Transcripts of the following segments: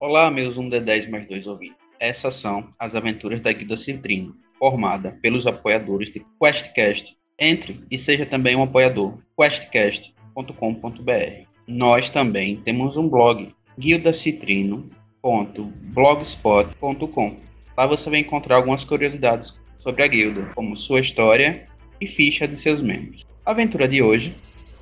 Olá, meus 1 de 10 mais 2 ouvintes. Essas são as aventuras da Guilda Citrino, formada pelos apoiadores de QuestCast. Entre e seja também um apoiador, questcast.com.br. Nós também temos um blog, guildacitrino.blogspot.com. Lá você vai encontrar algumas curiosidades sobre a guilda, como sua história e ficha de seus membros. A aventura de hoje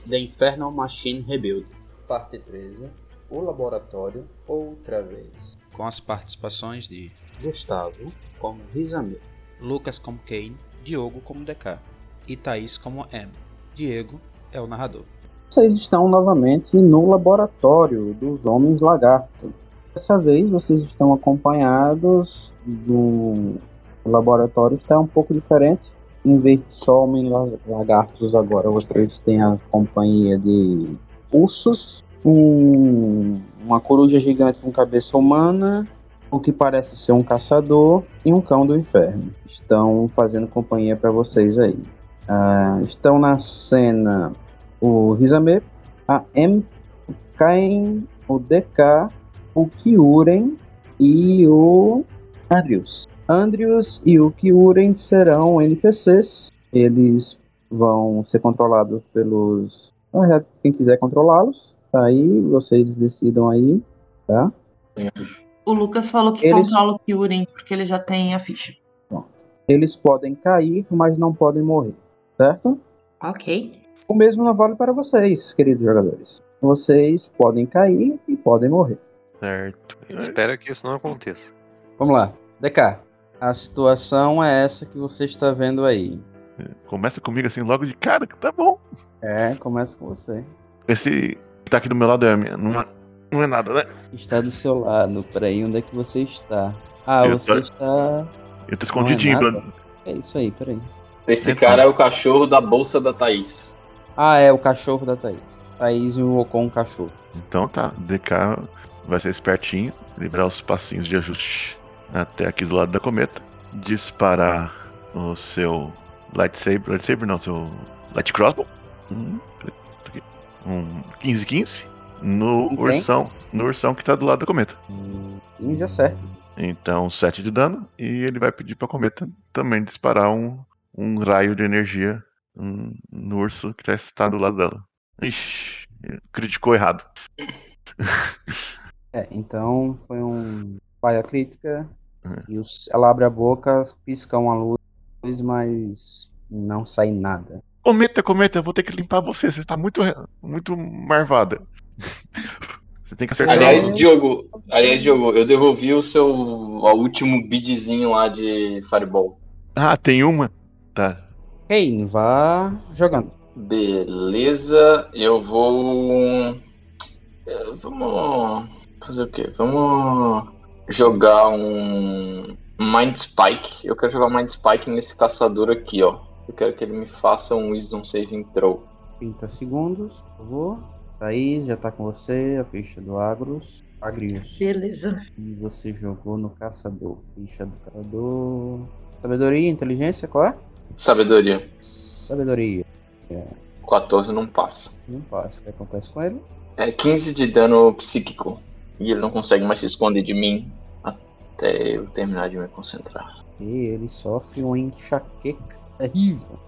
The Infernal Machine Rebuild, Parte 13. O laboratório outra vez. com as participações de Gustavo, como Rizamir, Lucas como Kane, Diogo como DK e Thaís como M. Diego é o narrador. Vocês estão novamente no laboratório dos Homens Lagarto. Dessa vez vocês estão acompanhados do o laboratório está um pouco diferente. Em vez de só homens la- lagartos, agora vocês têm a companhia de ursos, um- uma coruja gigante com cabeça humana, o que parece ser um caçador e um cão do inferno. Estão fazendo companhia para vocês aí. Ah, estão na cena o Rizame, a M, o Kain, o DK, o Kyuren e o Andrius. Andrius e o Kyuren serão NPCs. Eles vão ser controlados pelos. Na verdade, quem quiser controlá-los, tá aí, vocês decidam aí, tá? O Lucas falou que Eles- controla o Kyurem porque ele já tem a ficha. Eles podem cair, mas não podem morrer, certo? Ok. O mesmo não vale para vocês, queridos jogadores. Vocês podem cair e podem morrer. Certo. Espero que isso não aconteça. Vamos lá, DK. A situação é essa que você está vendo aí. Começa comigo assim logo de cara, que tá bom. É, começa com você. Esse que tá aqui do meu lado é minha. Não é, não é nada, né? Está do seu lado, peraí, onde é que você está? Ah, Eu você tô- está. Eu não é tô escondidinho. nada. pra- É isso aí, peraí. Esse Então. cara é o cachorro da bolsa da Thaís. Ah, é o cachorro da Thaís. Thaís invocou um cachorro. Então tá, DK vai ser espertinho, livrar os passinhos de ajuste até aqui do lado da cometa, disparar o seu lightsaber, lightsaber não, seu light crossbow, um, dois, três, um 15-15 no Em quem? ursão, no ursão que tá do lado da cometa. 15 Hum, acerta. Então, 7 de dano. E ele vai pedir pra cometa também disparar um, um raio de energia hum, no urso que tá, está do lado dela. Ixi, criticou errado. É, então foi um. Falha crítica. Uhum. E os- ela abre a boca, pisca uma luz, mas não sai nada. Cometa, cometa, eu vou ter que limpar você. Você está muito, re- muito marvada. Você tem que acertar. um. Aliás, Não. Diogo, aliás, Diogo, eu devolvi o seu o último bidzinho lá de Fireball. Ah, tem uma? Tá. Kane, vá jogando. Beleza, eu vou. eh, Vamos fazer o quê? Vamos jogar um Mind Spike. Eu quero jogar um Mind Spike nesse caçador aqui, ó. Eu quero que ele me faça um Wisdom Saving Throw. 30 segundos, por favor. Thaís, já tá com você, a ficha do Agros. Agrius. Beleza. E você jogou no caçador. Ficha do caçador. Sabedoria, inteligência, qual é? Sabedoria. Sabedoria. 14 não passa. Não passa. O que acontece com ele? É 15 de dano psíquico. E ele não consegue mais se esconder de mim até eu terminar de me concentrar. E ele sofre uma enxaqueca terrível.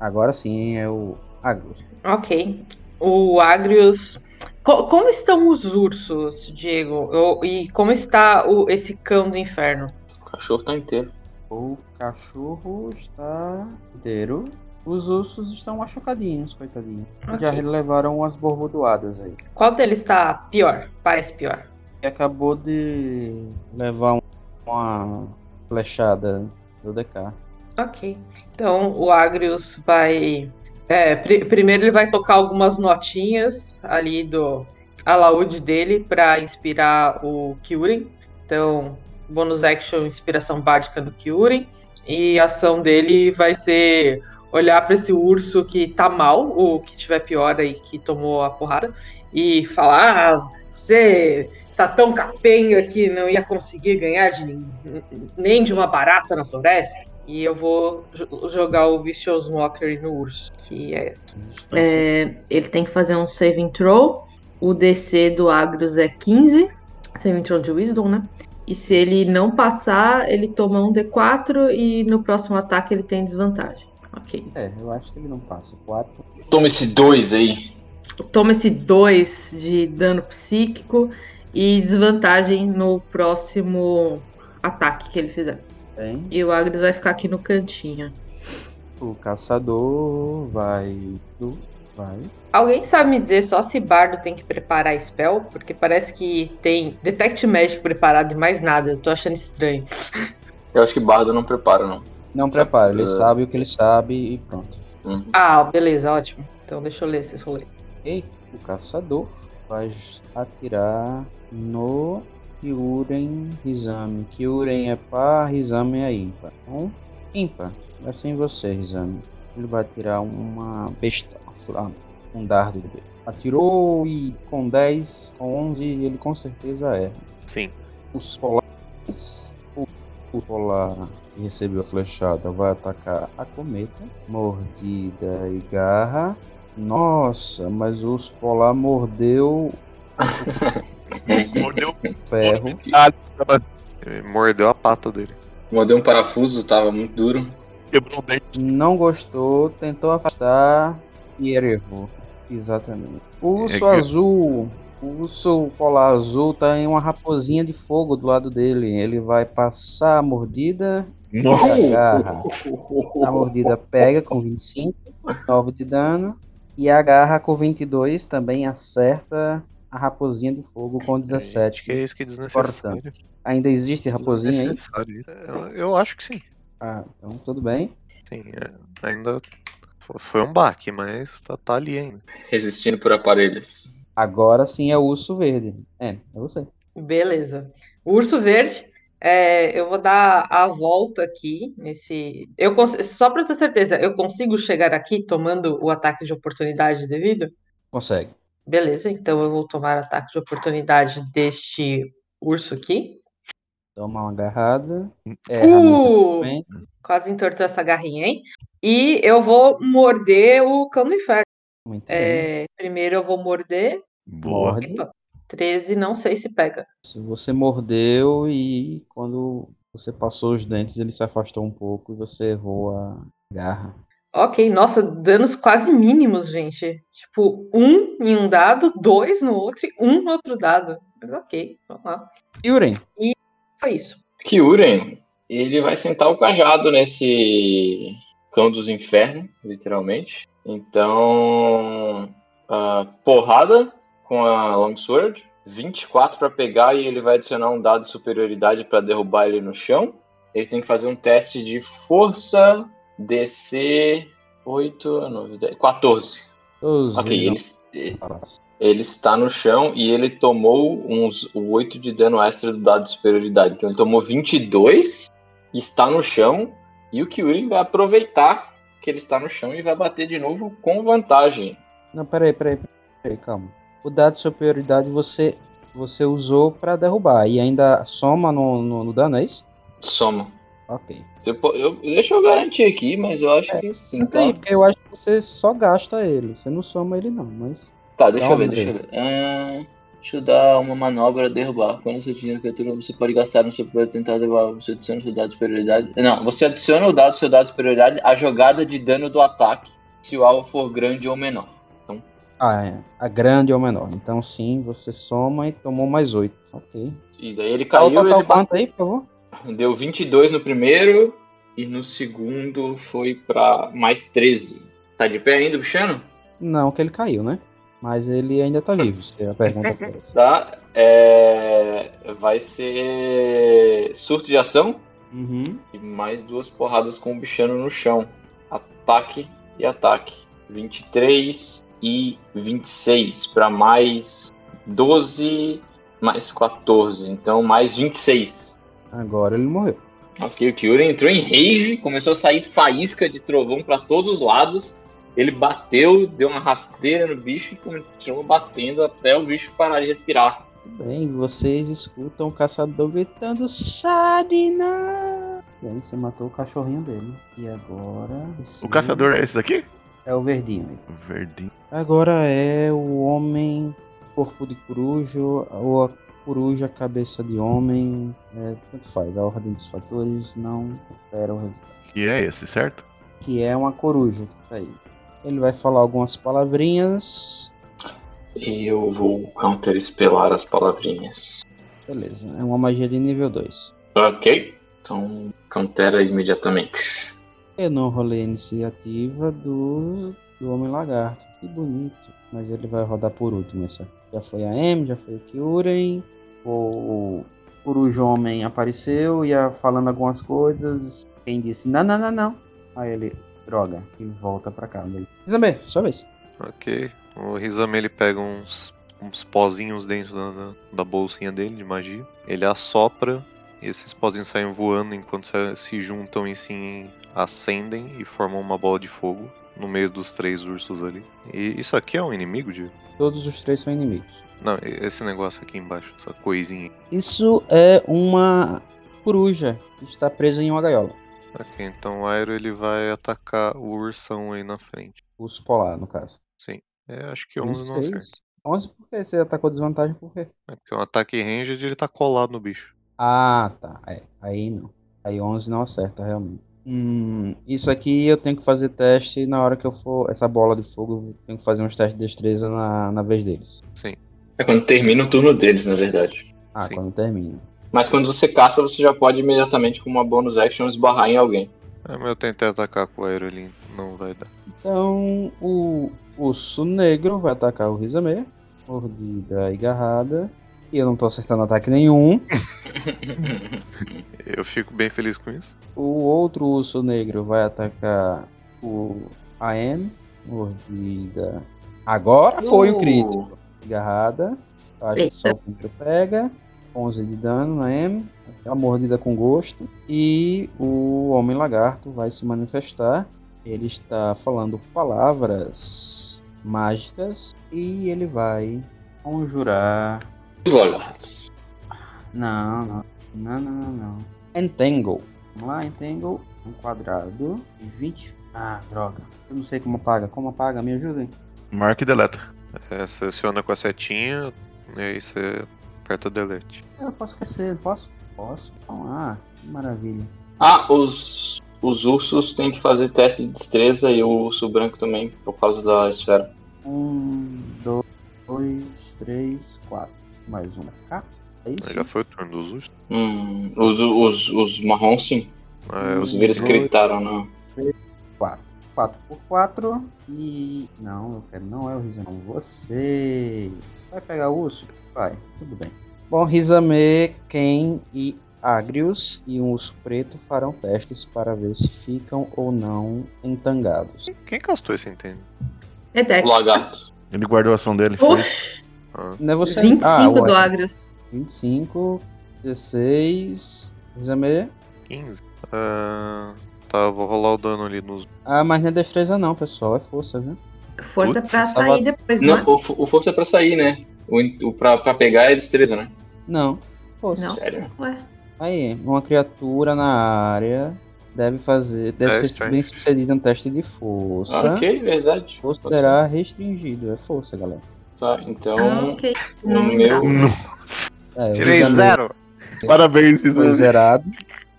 Agora sim é o Agros. Ok. O Agrius. Co- como estão os ursos, Diego? Eu- e como está o- esse cão do inferno? O cachorro tá inteiro. O cachorro está inteiro. Os ursos estão machucadinhos, coitadinhos. Já Ok. levaram umas borbodoadas aí. Qual deles está pior? Parece pior. E acabou de levar um- uma flechada do DK. Ok. Então o Agrius vai. é, pri- primeiro ele vai tocar algumas notinhas ali do alaúde dele para inspirar o Kyurem. Então, bônus action, inspiração básica do Kyurem. E a ação dele vai ser olhar para esse urso que tá mal, ou que tiver pior aí, que tomou a porrada, e falar: ah, você está tão capenga que não ia conseguir ganhar de nin- nem de uma barata na floresta. E eu vou jo- jogar o Vicious Mockery no urso, que é... Ele tem que fazer um saving throw. O DC do Agros é 15. Save throw de Wisdom, né? E se ele não passar, ele toma um D4 e no próximo ataque ele tem desvantagem. Ok. É, eu acho que ele não passa. 4. Toma esse dois aí. Toma esse 2 de dano psíquico e desvantagem no próximo ataque que ele fizer. Bem, E o Agris vai ficar aqui no cantinho. o caçador vai. do- Vai. Alguém sabe me dizer só se Bardo tem que preparar spell? Porque parece que tem Detect Magic preparado e mais nada. Eu tô achando estranho. Eu acho que Bardo não prepara, não. Não prepara, ele Ah. sabe o que ele sabe e pronto. Uhum. Ah, beleza, ótimo. Então deixa eu ler esses rolês. E o caçador vai atirar no Kyuren Rizame. Kyuren é par, Rizame é ímpar. Um ímpar. Vai ser em você, Rizame. Ele vai atirar uma besta, ah, um dardo dele. Atirou e com 10, com 11, ele com certeza é. erra. Sim. Os polares. O, o polar que recebeu a flechada vai atacar a cometa. Mordida e garra. Nossa, mas o polar mordeu Mordeu, o ferro. eh, mordeu a pata dele. Mandei um parafuso, tava muito duro. Quebrou o dente. Não gostou, tentou afastar e ele errou. Exatamente. O urso que- azul. O urso polar azul tá em uma raposinha de fogo do lado dele. Ele vai passar a mordida e a garra. A mordida pega com 25, 9 de dano. E a garra com 22 também acerta a raposinha de fogo com Gente, 17. que é isso que é desnecessário. Ainda existe raposinha aí? Desnecessário isso. Eu, eu acho que sim. Ah, então tudo bem. Sim, é, ainda fo- foi um baque, mas tá, tá ali ainda. Resistindo por aparelhos. Agora sim é o urso verde. É, é você. Beleza. O urso verde, é, eu vou dar a volta aqui nesse. Eu cons- Só pra ter certeza, eu consigo chegar aqui tomando o ataque de oportunidade devido? Consegue. Beleza, então eu vou tomar ataque de oportunidade deste urso aqui. Toma uma agarrada. É, Uh! também. Quase entortou essa garrinha, hein? E eu vou morder o cão do inferno. Muito bem. É, primeiro eu vou morder. Boa. Morde. Epa, 13, não sei se pega. Se Você mordeu e quando você passou os dentes, ele se afastou um pouco e você errou a garra. Ok, nossa, danos quase mínimos, gente. Tipo, um em um dado, dois no outro e um no outro dado. Mas ok, vamos lá. Yuren, Foi isso. Kyuren, ele vai sentar o cajado nesse cão dos infernos, literalmente. Então, ah, porrada com a longsword, 24 para pegar e ele vai adicionar um dado de superioridade para derrubar ele no chão. Ele tem que fazer um teste de força DC 8, 9, 10, 14. os Ok, eh, vilões ele, parados. ele está no chão e ele tomou uns 8 de dano extra do dado de superioridade. Então ele tomou 22, está no chão, e o Kyurin vai aproveitar que ele está no chão e vai bater de novo com vantagem. Não, peraí, peraí, peraí, calma. O dado de superioridade você, você usou pra derrubar e ainda soma no, no, no dano, é isso? Soma. Ok. Eu, po- eu- deixa eu garantir aqui, mas eu acho que sim, É, Não tá? tem, porque Então, eu acho que você só gasta ele, você não soma ele não, mas. Tá, deixa eu ver, Calma deixa eu ver. Ah, deixa eu dar uma manobra derrubar. Quando você atingir a criatura, você pode gastar no seu poder tentar derrubar. Você adiciona o seu dado de superioridade. Não, você adiciona o dado do seu dado de superioridade à jogada de dano do ataque, se o alvo for grande ou menor. Ah, é. A grande ou menor. Então sim, você soma e tomou mais 8. Ok. E daí ele Qual o caiu, total ele quanto aí, por favor? ba- deu 22 no primeiro, e no segundo foi pra mais 13. Tá de pé ainda, bichano? Não, que ele caiu, né? Mas ele ainda tá vivo, se a pergunta for essa. Tá, é... Vai ser surto de ação. Uhum. E mais duas porradas com o bichano no chão. Ataque e ataque. 23 e 26. Para mais 12, mais 14. Então, mais 26. Agora ele morreu. Ok, o Kyuren entrou em rage, começou a sair faísca de trovão para todos os lados. Ele bateu, deu uma rasteira no bicho e continuou batendo até o bicho parar de respirar. Muito bem, vocês escutam o caçador gritando Sadina! Bem, você matou o cachorrinho dele. E agora. esse O caçador é esse daqui? É o verdinho. aí. Verdinho. Agora é o homem, corpo de corujo, ou a coruja, cabeça de homem, é, tanto faz. A ordem dos fatores não altera o resultado. Que é esse, certo? Que é uma coruja que tá aí. Ele vai falar algumas palavrinhas. E eu vou counterespelar as palavrinhas. Beleza, é uma magia de nível 2. Ok. Então, countera imediatamente. Eu não rolei a iniciativa do, do Homem Lagarto. Que bonito. Mas ele vai rodar por último essa. Já foi a M, já foi o Kyuren. O Coruja Homem apareceu, ia falando algumas coisas. Quem disse não, não, não, não. Aí ele, droga, e volta pra cá. Zambe, sua vez. Ok. O Rizame ele pega uns, uns pozinhos dentro da, da- da bolsinha dele de magia. Ele assopra e esses pozinhos saem voando enquanto se, se juntam e se acendem e formam uma bola de fogo no meio dos três ursos ali. E isso aqui é um inimigo, de Todos os três são inimigos. Não, e- esse negócio aqui embaixo, essa coisinha. Isso é uma coruja que está presa em uma gaiola. Ok, então o Aero ele vai atacar o ursão aí na frente. Urso polar, no caso. É, acho que 11 não acerta. 11 porque você atacou desvantagem por quê? É porque é um ataque ranged ele tá colado no bicho. Ah, tá. É. Aí não. Aí 11 não acerta, realmente. Hum, isso aqui eu tenho que fazer teste e na hora que eu for. Essa bola de fogo, eu tenho que fazer uns testes de destreza na, na vez deles. É quando termina o turno deles, na verdade. Ah, Sim. quando termina. Mas quando você caça, você já pode imediatamente, com uma bonus action, esbarrar em alguém. É, mas eu tentei atacar com o Aero ele não vai dar. Então, o urso negro vai atacar o Rizame. Mordida e garrada. E eu não tô acertando ataque nenhum. Eu fico bem feliz com isso. O outro urso negro vai atacar o AM. Mordida. Agora foi o crítico. Agarrada. Acho que só o primeiro pega. 11 de dano na M. Aquela mordida com gosto. E o Homem Lagarto vai se manifestar. Ele está falando palavras mágicas. E ele vai conjurar. Os lagartos. Não, não. Não, não, não, não. Entangle. Vamos lá, Entangle. Um quadrado. E 20. Ah, droga. Eu não sei como apaga. Como apaga? Me ajudem. Marca e deleta. É, seleciona com a setinha e aí você aperta delete. Eu posso esquecer, posso? Posso. Vamos lá. Que maravilha. Ah, os, os ursos têm que fazer teste de destreza e o urso branco também, por causa da esfera. Um, dois, dois, três, quatro. Mais uma cá. É isso? Já foi o turno dos ursos. Hum, os, os, os marrons, sim. É, Os vírus dois- gritaram, né? não. Quatro. Quatro por quatro. E. Não, eu quero. Não é o Rizamê. Você. Vai pegar o urso? Vai. Tudo bem. Bom, Rizame, Ken e Agrius e um urso preto farão testes para ver se ficam ou não entangados. Quem castou esse entende? É Dex. O lagarto. Ele guardou a ação dele. foi? Ux, Não é você? 25 Ah, do ué. Agrius. 25, 16. Rizame. 15? Ah, tá, eu vou rolar o dano ali nos. Ah, mas não é destreza, não, pessoal. É força, viu? Força Putz, pra tava- sair depois, não, Não, é? o, fo- o força é pra sair, né? O, in- o pra, pra pegar é destreza, né? Não. Força. Não. Sério. Ué. Aí, uma criatura na área deve fazer. Deve Teste, ser hein? bem sucedida um teste de força. Ah, ok, verdade. Força será restringido, é força, galera. Tá, então. Ah, ok. o Não meu- lembrava. É, eu Tirei já zero! Parabéns, dei- Foi Isabel. zerado.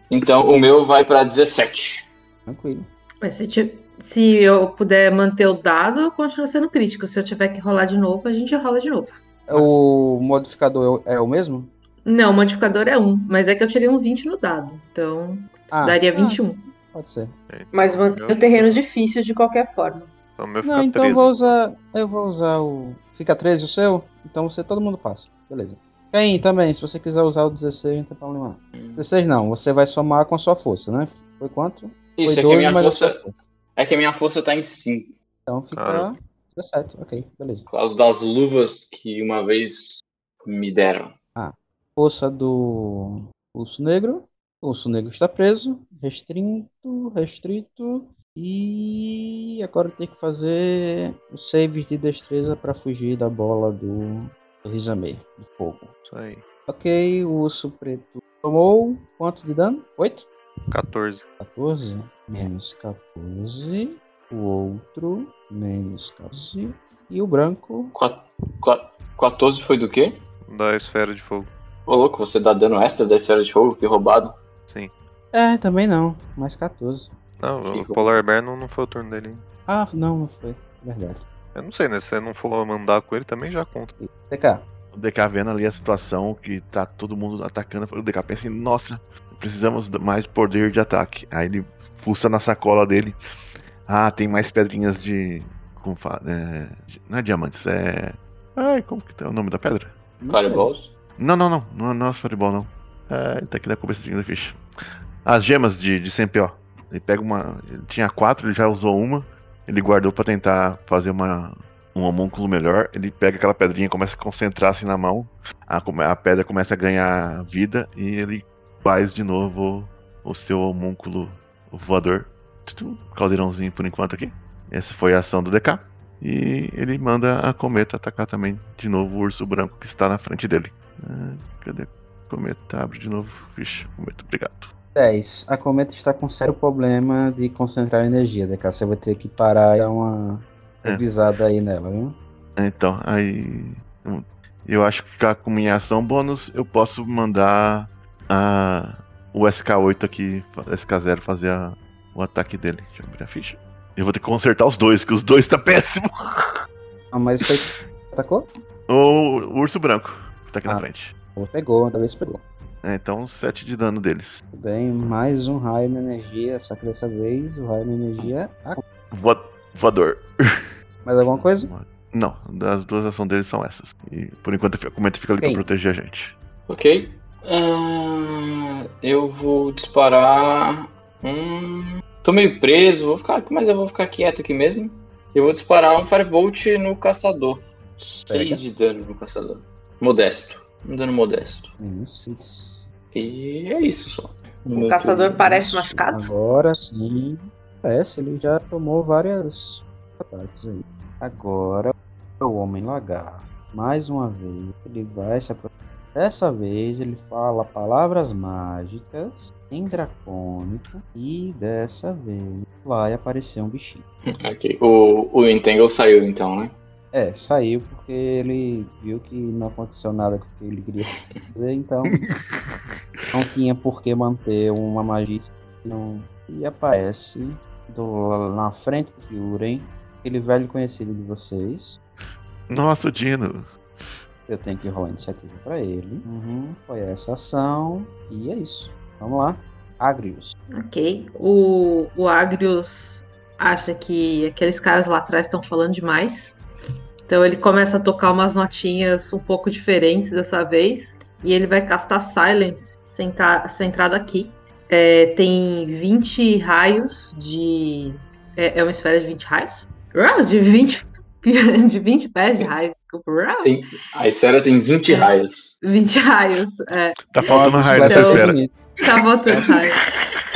Então o meu vai pra 17. Tranquilo. Mas se, ti- se eu puder manter o dado, continua sendo crítico. Se eu tiver que rolar de novo, a gente rola de novo. É O modificador é o, é o mesmo? Não, o modificador é 1, mas é que eu tirei um 20 no dado. Então, Ah. daria Ah. 21. Pode ser. Mas mantém o terreno difícil de qualquer forma. É, Então o meu fica Não, então eu 13. vou usar. Eu vou usar o. Fica 13 o seu? Então você todo mundo passa. Beleza. Caim também, se você quiser usar o 16, não tem problema. não. 16 não, você vai somar com a sua força, né? Foi quanto? Isso, Foi é que a minha mas a sua força. É que a minha força tá em 5. Então fica Ah. 17, ok, beleza. Por causa das luvas que uma vez me deram. Força do Urso Negro. O Urso Negro está preso. Restrito, restrito. E agora tem que fazer o save de destreza para fugir da bola do do Rizame, de fogo. Isso aí. Ok, o urso preto tomou quanto de dano? 8? 14. 14? Menos 14. O outro, menos 14. E o branco, 14 foi do quê? Da esfera de fogo. Ô louco, você dá dano extra da esfera de fogo, que roubado. Sim. É, também não. Mais 14. Não, Sim, o Polar Bear não, não foi o turno dele. hein? Ah, não, não foi. Verdade. Eu não sei, né? Se você não for mandar com ele, também já conta. TK. O DK vendo ali a situação que tá todo mundo atacando. O DK pensa em, nossa, precisamos de mais poder de ataque. Aí ele fuça na sacola dele. Ah, tem mais pedrinhas de. Como fala? É, de- não é diamantes, é. Ai, como que é o nome da pedra? Não Fireballs. Não, não, não. Não, não é Fireball, não. É, tá aqui na cabecinha da ficha. As gemas de, de 100 PO. Ele pega uma. Ele tinha quatro, ele já usou uma. Ele guardou pra tentar fazer uma, um homúnculo melhor. Ele pega aquela pedrinha, começa a concentrar assim na mão. A, come- a pedra começa a ganhar vida e ele faz de novo o seu homúnculo voador. Tutum, Caldeirãozinho por enquanto aqui. Essa foi a ação do DK. E ele manda a cometa atacar também de novo o urso branco que está na frente dele. Ah, Cadê? Cometa, abre de novo. Vixe, cometa, obrigado. 10. A cometa está com sério problema de concentrar energia, DK. Você vai ter que parar e dar uma É. revisada aí nela, viu? Então, aí. hum, Eu acho que ca- com minha ação bônus eu posso mandar a, o SK8 aqui, fa- SK0, fazer a- o ataque dele. Deixa eu abrir a ficha. Eu vou ter que consertar os dois, que os dois tá péssimo. Ah, mas foi. Atacou? O, o urso branco, que tá aqui Ah. na frente. Pegou, talvez pegou. É, então, 7 de dano deles. Tudo bem, mais um raio na energia, só que dessa vez o raio na energia. Ah, Voa- voador. mais alguma coisa? Não, das duas ações deles são essas. E por enquanto a cometa fica ali Bem. pra proteger a gente. Ok. Ah, eu vou disparar. Hum, tô meio preso, vou ficar, mas eu vou ficar quieto aqui mesmo. Eu vou disparar um Firebolt no caçador. 6 de dano no caçador. Modesto. Um dano modesto. Menos 6. E é isso só. O caçador parece machucado. Agora sim. Parece, ele já tomou várias ataques aí. Agora é o Homem Lagar. Mais uma vez, ele vai se aproximar. Dessa vez ele fala palavras mágicas em dracônico e dessa vez vai aparecer um bichinho. Ok. O, o Entangle saiu então, né? É, saiu porque ele viu que não aconteceu nada com o que ele queria fazer, então não tinha por que manter uma magia. Não... E aparece do, na frente do Kyuren, aquele velho conhecido de vocês. Nossa, o Dino. Eu tenho que rolar iniciativa pra ele. Uhum, foi essa ação. E é isso. Vamos lá. Agrius. Ok. O, o Agrius acha que aqueles caras lá atrás estão falando demais. Então ele começa a tocar umas notinhas um pouco diferentes dessa vez. E ele vai castar Silence, senta- centrado aqui. É, tem 20 raios de. É, é uma esfera de 20 raios? Uau, De 20, de 20 pés de raios. Desculpa. Uau, Tem, a esfera tem 20 raios. 20 raios. É, Tá faltando raio bicicleta nessa é esfera. tá botando raio.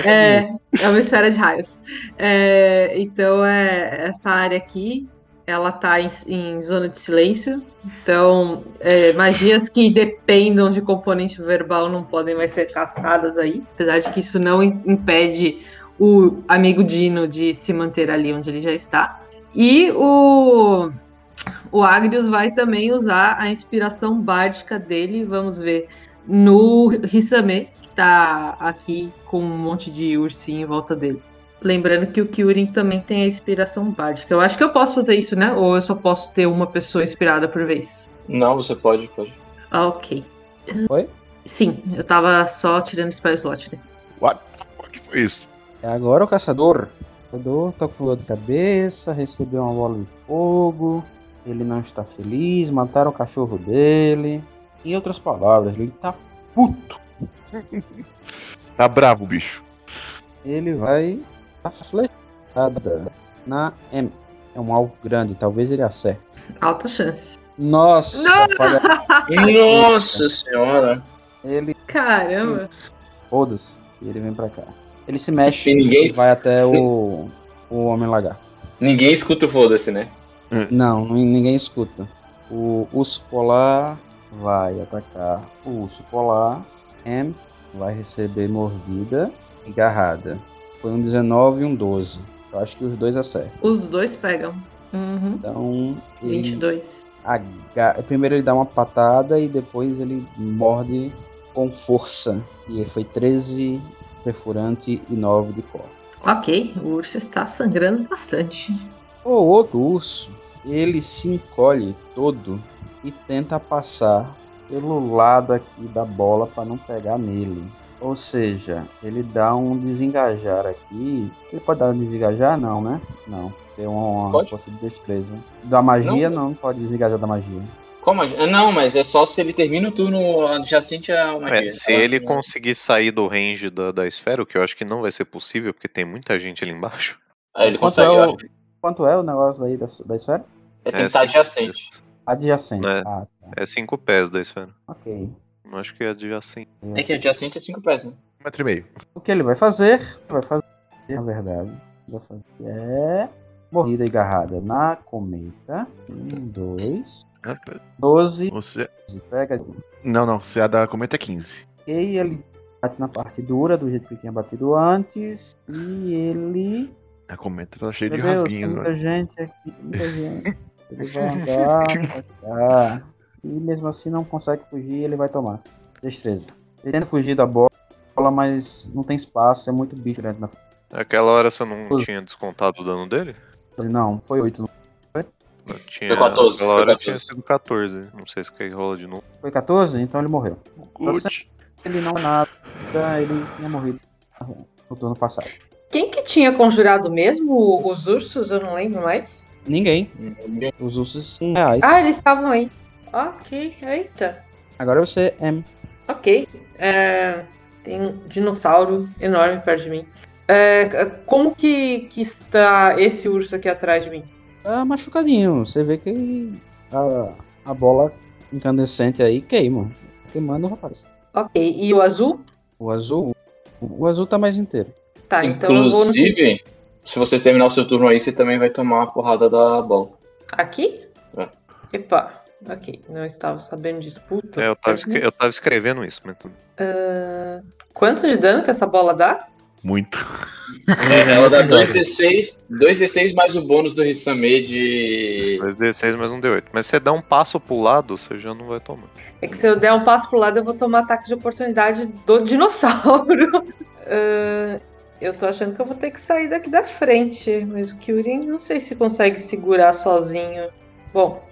É, é uma esfera de raios. É, então, é, essa área aqui, ela tá em, em zona de silêncio. Então, é, magias que dependam de componente verbal não podem mais ser castadas aí. Apesar de que isso não im- impede o amigo Dino de se manter ali onde ele já está. E o, o Agrius vai também usar a inspiração bárdica dele, vamos ver, no Hisame, que tá aqui com um monte de ursinho em volta dele. Lembrando que o Kyurin também tem a inspiração bárdica. Eu acho que eu posso fazer isso, né? Ou eu só posso ter uma pessoa inspirada por vez? Não, você pode, pode. Ah, ok. Oi? Sim, eu tava só tirando spell slot, né? O que foi isso? É agora o caçador. O caçador tá com dor de cabeça, recebeu uma bola de fogo, ele não está feliz, mataram o cachorro dele. Em outras palavras, ele tá puto. Tá bravo, bicho. Ele vai dar flechada na M. É um alvo grande, talvez ele acerte. Alta chance. Nossa! falha- Ah, tá. Nossa senhora! Ele Caramba! foda-se. E ele vem pra cá. Ele se mexe E ninguém- vai até o, o Homem Lagar. Ninguém escuta o foda-se, né? Não, nin- ninguém escuta. O urso polar vai atacar o urso polar. M vai receber mordida e garrada. Foi um 19 e um Hum. 12. Eu acho que os dois acertam. Os dois pegam. Uhum. Então, ele 22. aga- Primeiro ele dá uma patada e depois ele morde com força. E foi 13 perfurante e 9 de cor. Ok, o urso está sangrando bastante. O outro urso, ele se encolhe todo e tenta passar pelo lado aqui da bola para não pegar nele. Ou seja, ele dá um desengajar aqui. Ele pode dar um desengajar? Não, né? Não. Tem uma, uma Pode. força de destreza. Da magia, não. pode desengajar da magia. Como? a gente- Não, mas é só se ele termina o turno adjacente a uma É, se ele conseguir sair do range da, da esfera, o que eu acho que não vai ser possível, porque tem muita gente ali embaixo. Ah, ele Quanto consegue, é o- eu acho. Quanto é o negócio aí da, da esfera? É tentar cinco adjacente. pés. Adjacente. É. Ah, É 5 pés da esfera. ok. Não acho que é adjacente. É que adjacente é 5 pés, né? Um metro e meio. O que ele vai fazer? Vai fazer, na verdade, vai fazer é mordida É e garrada na cometa. Um, dois, Ah, pera. doze. Você... Pega. Não, não. Se a da cometa é 15. E ele bate na parte dura do jeito que ele tinha batido antes. E ele. A cometa tá cheia de Meu Deus, tem rasguinhos. muita né? gente aqui. tem Muita gente. Ele vai andar, vai andar. E mesmo assim não consegue fugir, ele vai tomar. Destreza. Ele tenta fugir da bola, mas não tem espaço, é muito bicho grande na frente. Aquela hora você não Os- tinha descontado o dano dele? Não, foi oito. Eu tinha, Aquela 14, foi hora 14. tinha sido 14. Não sei se quer que rola de novo. Foi 14, então ele morreu. Good. Ele não é nada, ele tinha morrido no turno passado. Quem que tinha conjurado mesmo os ursos? Eu não lembro mais. Ninguém. Ninguém- Os ursos são reais. Ah, eles estavam aí. Ok, eita. Agora você é. Ok. É, tem um dinossauro enorme perto de mim. É, como que, que está esse urso aqui atrás de mim? Tá machucadinho. Você vê que a, a bola incandescente aí queima. Queimando o rapaz. Ok, e o azul? O azul. O azul tá mais inteiro. Tá, então eu vou no... Inclusive, se você terminar o seu turno aí, você também vai tomar a porrada da bola. Aqui? É. Ah. Epa, ok. Não estava sabendo disso. Puta. É, eu, tava escre- eu tava escrevendo isso, mas tudo. Ah, Quanto de dano que essa bola dá? Muito. É, ela dá 2d6, 2d6 mais o bônus do Rissame de. 2d6 mais um d8. Mas se você dá um passo pro lado, você já não vai tomar. É que se eu der um passo pro lado, eu vou tomar ataque de oportunidade do dinossauro. Ah, eu tô achando que eu vou ter que sair daqui da frente. Mas o Kyurin, não sei se consegue segurar sozinho. Bom.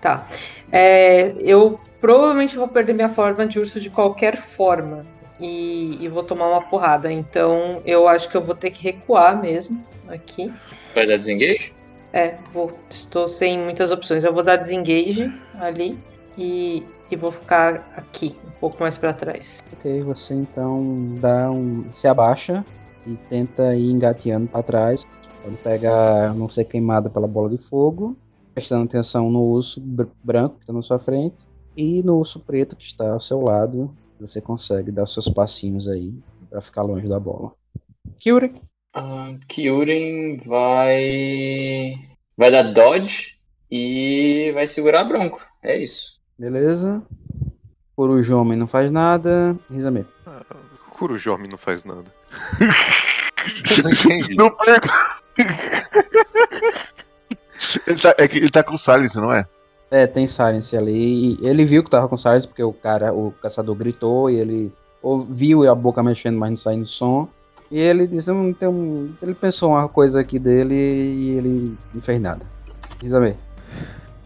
Tá. É, eu provavelmente vou perder minha forma de urso de qualquer forma. E, e vou tomar uma porrada. Então eu acho que eu vou ter que recuar mesmo aqui. Vai dar desengage? É, vou, estou sem muitas opções. Eu vou dar desengage ali e, e vou ficar aqui, um pouco mais pra trás. Ok, você então dá um. se abaixa e tenta ir engateando pra trás. Ele pega não ser queimado pela bola de fogo, prestando atenção no urso br- branco que está na sua frente e no urso preto que está ao seu lado. Você consegue dar seus passinhos aí pra ficar longe da bola. Kyuri, Ah, Kyuren vai. Vai dar dodge e vai segurar bronco. É isso. beleza? Corujomem não faz nada. Rizame. Kurujorme não faz nada. Não entendi. Não perco. ele, tá, é que ele tá com silence, não é? É, tem silence ali. E ele viu que tava com silence porque o cara, o caçador gritou e ele ouviu a boca mexendo, mas não saindo som. E ele disse, hum, tem um... ele pensou uma coisa aqui dele e ele não fez nada. Isabel,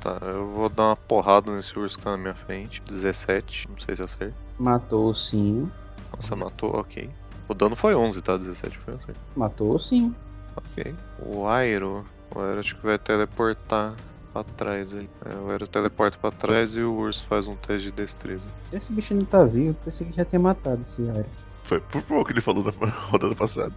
Tá, eu vou dar uma porrada nesse urso que tá na minha frente. 17, não sei se acerta. matou o sim, Nossa, Uhum. matou, ok. O dano foi 11, tá? 17 foi acerto. matou o sim. Ok. O Airo. O Airo acho que vai teleportar pra trás ali. É, o Airo teleporta pra trás e o urso faz um teste de destreza. Esse bicho não tá vivo, pensei que já tinha matado esse área. Foi por pouco que ele falou na rodada passada.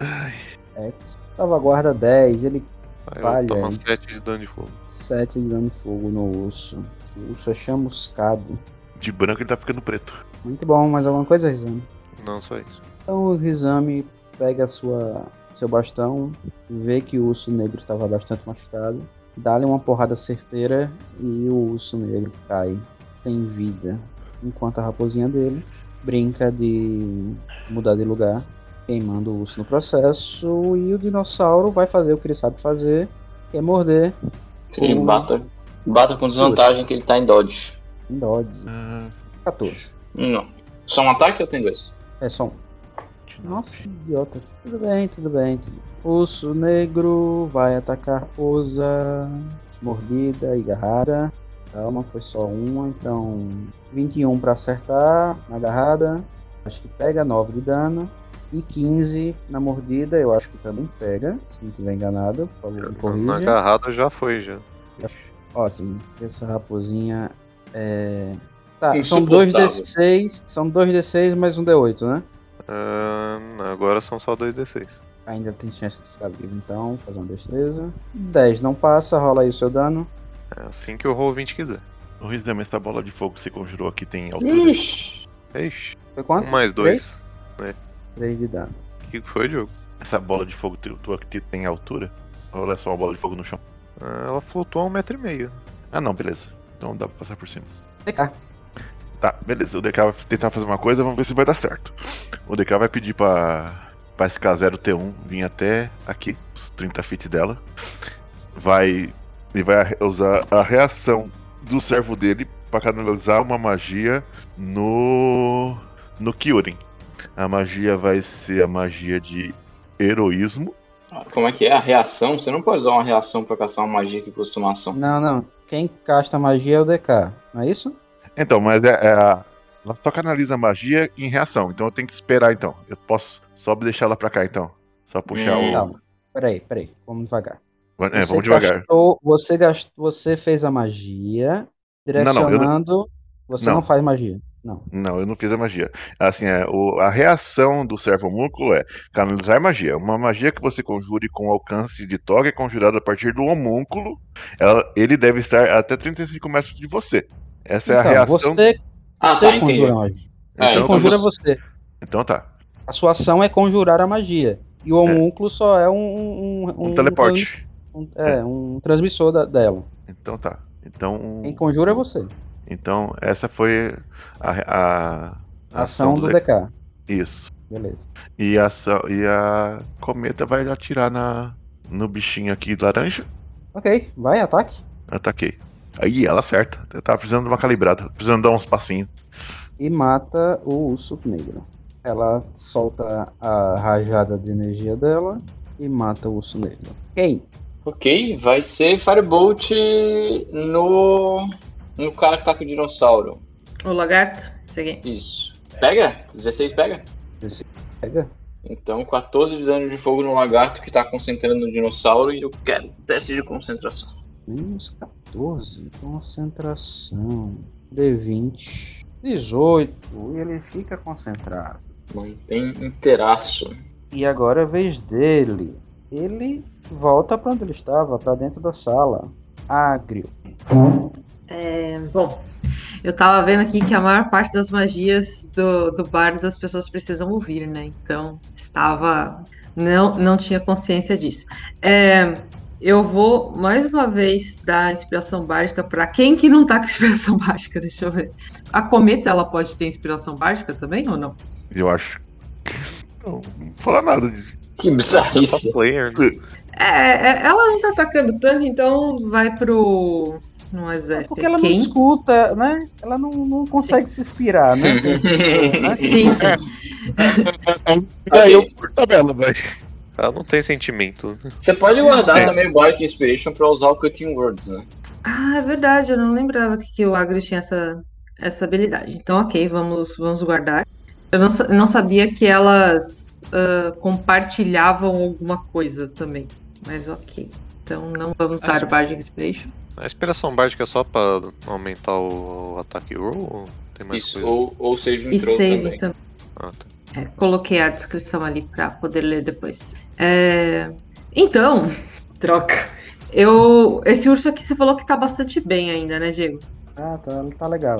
Ai, É, salvaguarda 10, ele Airo Falha, toma hein? 7 de dano de fogo. 7 de dano de fogo no urso. O urso é chamuscado. de branco ele tá ficando preto. Muito bom, mais alguma coisa, Rizame? Não, só isso. Então o Rizame pega sua, seu bastão, vê que o urso negro estava bastante machucado, dá-lhe uma porrada certeira e o urso negro cai sem vida. Enquanto a raposinha dele brinca de mudar de lugar, queimando o urso no processo, e o dinossauro vai fazer o que ele sabe fazer, Quer morder. Sim, Com- bata, bata com desvantagem que ele tá em dodge. Em Dodge. Ah, 14. Não. Só um ataque ou tem dois? É só um. Nossa, idiota. Tudo bem, tudo bem. Tudo bem. Urso negro vai atacar Oza. Mordida e garrada. Calma, foi só uma, então. 21 pra acertar na garrada. Acho que pega 9 de dano. E 15 na mordida, eu acho que também pega. Se não tiver enganado, por favor, me Na corrija. agarrada já foi, já. Ótimo. Essa raposinha é. Tá, são Insuportável. 2d6. São 2d6 mais um d8, né? Ah, agora são só 2d6. Ainda tem chance de ficar vivo, então, fazer uma destreza. 10 não passa, rola aí o seu dano. É assim que o roll 20 quiser. O Rizam, essa bola de fogo que você conjurou aqui tem altura. Ixi. Ixi, Foi um quanto? mais dois. 3 de dano. O que foi, Diogo? Essa bola de fogo tu- tua que tem altura? Ou ela é só uma bola de fogo no chão? Ah, ela flutuou a um metro e meio. Ah não, beleza. Então dá pra passar por cima. DK. Tá, beleza. O DK vai tentar fazer uma coisa, vamos ver se vai dar certo. O DK vai pedir pra, pra SK0T1 vir até aqui, os 30 feet dela. Vai. Ele vai arre- usar a reação do servo dele pra canalizar uma magia no. no Kyurin. A magia vai ser a magia de heroísmo. Ah, Como é que é? A reação? Você não pode usar uma reação pra caçar uma magia que custa uma ação. Não, não. Quem casta magia é o DK, não é isso? Então, mas é, é a- ela só canaliza a magia em reação, então eu tenho que esperar então. Eu posso só deixar ela pra cá então. Só puxar Hum. o. Calma. Peraí, peraí. Vamos devagar. É, Você vamos devagar. gastou- você gastou. Você fez a magia não, eu não- direcionando. Você Não. não faz magia. Não. Não, eu não fiz a magia. Assim, é, o- a reação do servo homúnculo é canalizar magia. Uma magia que você conjure com alcance de toga é conjurada a partir do homúnculo. Ela- ele deve estar até 35 metros de você. Essa é a Então, reação. você, Ah, você tá, entendi. conjura a magia. É, Quem então conjura é você- você. Então tá. A sua ação é conjurar a magia. E o homúnculo só é um. Um, Um teleporte. um- é, um transmissor da- dela. Então tá. Então. Quem conjura é você. Então, essa foi a, a- a Ação do DK. Isso. Beleza. E a, ação- e a cometa vai atirar na, no bichinho aqui laranja. Ok, vai, ataque. Ataquei. Aí ela acerta. Eu tava precisando de uma calibrada. Precisando dar uns passinhos. E mata o urso negro. Ela solta a rajada de energia dela e mata o urso negro. Quem? Ok, vai ser Firebolt no. no cara que tá com o dinossauro. O lagarto? Segui. Isso. Pega? 16 pega? Pega. Então 14 de dano de fogo no lagarto que tá concentrando no dinossauro e eu quero teste de concentração. Menos 14. Concentração. D20. 18. E ele fica concentrado. Mantém inteiraço. E agora é a vez dele. Ele volta pra onde ele estava, pra dentro da sala. Agrio. É, bom, eu tava vendo aqui que a maior parte das magias do, do bardo as pessoas precisam ouvir, né? Então, estava. Não, não tinha consciência disso. É, eu vou mais uma vez dar inspiração básica pra quem que não tá com inspiração básica, deixa eu ver. A cometa ela pode ter inspiração básica também ou não? Eu acho. Não, não fala nada disso. Que bizarrice. Só player, né? É, é, ela não tá atacando tanto, então vai pro. Não é Zé. Porque ela não quem? escuta, né? Ela não, não consegue se inspirar, né? Sim, sim. Ok, por tabela, velho. Ela não tem né? sentimento. Você pode guardar também o Bardic Inspiration pra usar o Cutting Words, né? Ah, é verdade, eu não lembrava que, que o Agri tinha essa, essa habilidade. Então, ok, vamos, vamos guardar. Eu não, sa- não sabia que elas ah, compartilhavam alguma coisa também. Mas ok. Então não vamos dar Mas- o Bardic Inspiration. A inspiração básica é só pra aumentar o, o ataque roll ou tem mais Isso, coisa? ou, ou seja, E entrou save também. também. Ah, tá. É, coloquei a descrição ali para poder ler depois. É, Então, troca. Eu, esse urso aqui você falou que tá bastante bem ainda, né, Diego? Ah, tá, tá legal.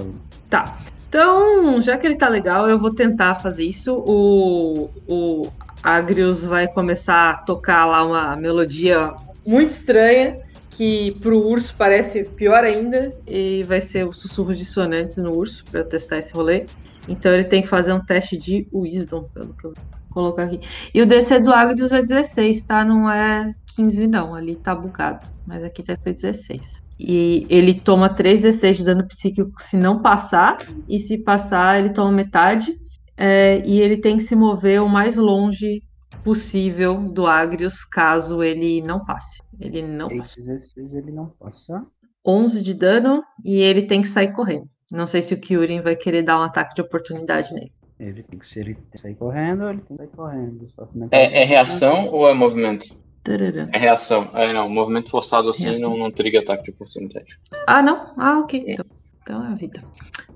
Tá. Então, já que ele tá legal, eu vou tentar fazer isso. O, o Agrius vai começar a tocar lá uma melodia muito estranha, que pro urso parece pior ainda, e vai ser o sussurro dissonantes no urso, pra eu testar esse rolê. Então ele tem que fazer um teste de Wisdom, pelo que eu colocar aqui. E o DC do Agrius é 16, tá? Não é 15, não. Ali tá bugado. Mas aqui tá até 16. E ele toma 3d6 de dano psíquico se não passar. E se passar, ele toma metade. É, e ele tem que se mover o mais longe possível do Agrius caso ele não passe. Ele não Tem passa. 16, ele não passa. 11 de dano e ele tem que sair correndo. Não sei se o Kyurin vai querer dar um ataque de oportunidade nele. Ele tem que, se ele sair correndo, ele tem que sair correndo. Só que não É, é reação ou é movimento? Tarará. É reação. É, não. Movimento forçado assim não, não triga ataque de oportunidade. Ah, não? Ah, ok. Então, então é a vida.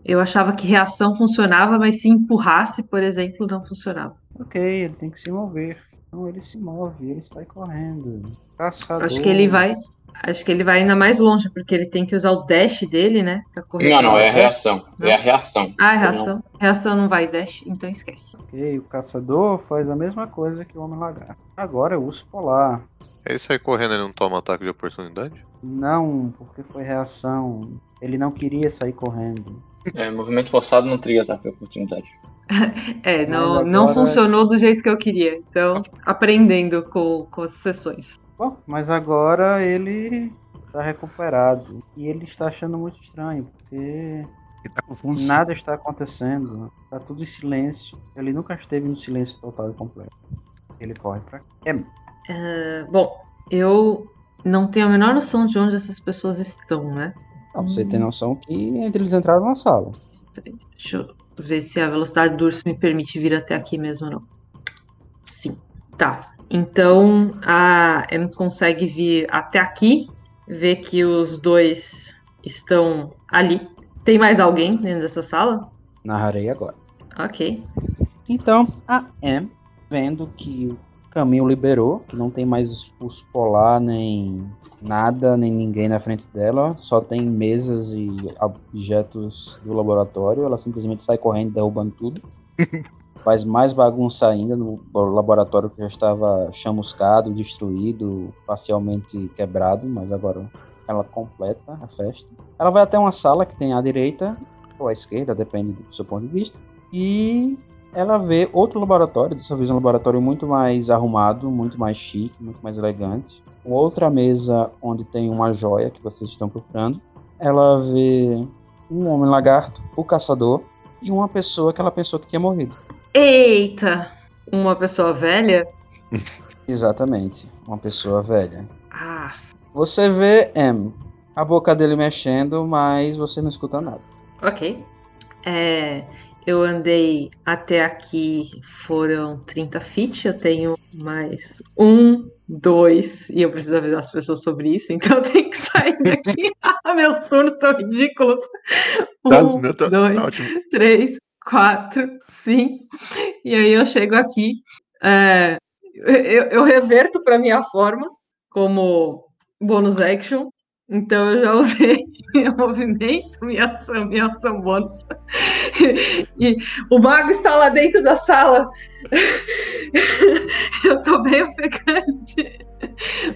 Eu achava que reação funcionava, mas se empurrasse, por exemplo, não funcionava. Ok, ele tem que se mover. Então ele se move, ele sai correndo. Caçador. Acho que ele vai. Acho que ele vai ainda mais longe, porque ele tem que usar o dash dele, né? Pra correr. Não, não, é a reação. É a reação. Ah, é reação. Reação não vai dash, então esquece. Ok, o caçador faz a mesma coisa que o homem lagarto. Agora é o urso polar. Ele sai É correndo, ele não toma ataque de oportunidade? Não, porque foi reação. Ele não queria sair correndo. É, movimento forçado não triga ataque de oportunidade. É, não, Mas não agora- funcionou do jeito que eu queria. Então, aprendendo com, com as sessões. Bom, mas agora ele tá recuperado. E ele está achando muito estranho, porque Ele tá confuso. nada está acontecendo. Tá tudo em silêncio. Ele nunca esteve no silêncio total e completo. Ele corre pra cá. É, bom, eu não tenho a menor noção de onde essas pessoas estão, né? Não, você tem noção que eles entraram na sala. Deixa eu ver se a velocidade do urso me permite vir até aqui mesmo ou não. Sim. Tá. Então a M consegue vir até aqui, ver que os dois estão ali. Tem mais alguém dentro dessa sala? Narrarei agora. Ok. Então, a M, vendo que o caminho liberou, que não tem mais os- os polar, nem nada, nem ninguém na frente dela, só tem mesas e objetos do laboratório, ela simplesmente sai correndo, derrubando tudo. Faz mais bagunça ainda no laboratório que já estava chamuscado, destruído, parcialmente quebrado, mas agora ela completa a festa. Ela vai até uma sala que tem à direita ou à esquerda, depende do seu ponto de vista. E ela vê outro laboratório, dessa vez um laboratório muito mais arrumado, muito mais chique, muito mais elegante. Outra mesa onde tem uma joia que vocês estão procurando. Ela vê um homem lagarto, o caçador, e uma pessoa que ela pensou que tinha morrido. Eita! Uma pessoa velha? Exatamente, uma pessoa velha. Ah, Você vê M, a boca dele mexendo, mas você não escuta nada. ok. É, eu andei até aqui, foram 30 feet, eu tenho mais um, dois, e eu preciso avisar as pessoas sobre isso, então eu tenho que sair daqui. Ah, Meus turnos estão ridículos. Tá, Um, meu, tá- dois, tá ótimo. três, quatro, cinco. E aí eu chego aqui, é, eu, eu reverto para minha forma como bônus action. Então eu já usei meu movimento, minha ação, minha ação bônus. E o mago está lá dentro da sala. Eu tô bem ofegante.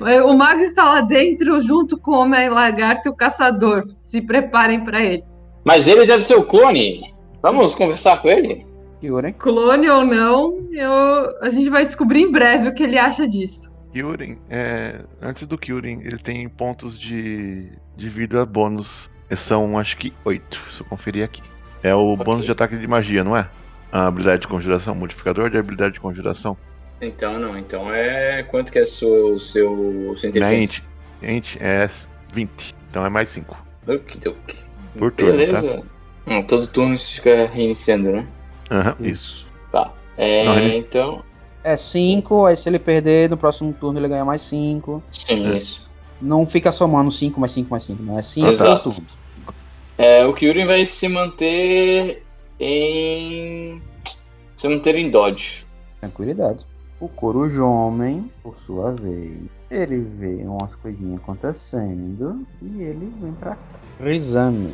Mas O mago está lá dentro junto com o homem lagarto e o caçador. Se preparem para ele. Mas ele deve ser o clone. Vamos conversar com ele? Kyuren, Clone ou não, eu- a gente vai descobrir em breve o que ele acha disso. Kyurin, é, antes do Kyurin, ele tem pontos de, de vida bônus. São acho que oito, se eu conferir aqui. É o Ok. bônus de ataque de magia, não é? A habilidade de conjuração, modificador de habilidade de conjuração. Então não, então é. Quanto que é seu, seu, sua Na inteligência? int, int é 20, então é mais 5. Okidoki. Por turno, tá? Beleza. Hum, todo turno você fica reiniciando, né? Aham, isso. Isso. Tá. É, Não, ele- então. É 5, aí se ele perder, no próximo turno ele ganha mais 5. Sim, É. isso. Não fica somando 5 mais 5 mais 5, não é 5 Exato. por turno. É, o Kyurin vai se manter em. Se manter em Dodge. Tranquilidade. O corujo homem, por sua vez, ele vê umas coisinhas acontecendo e ele vem pra cá. Exame.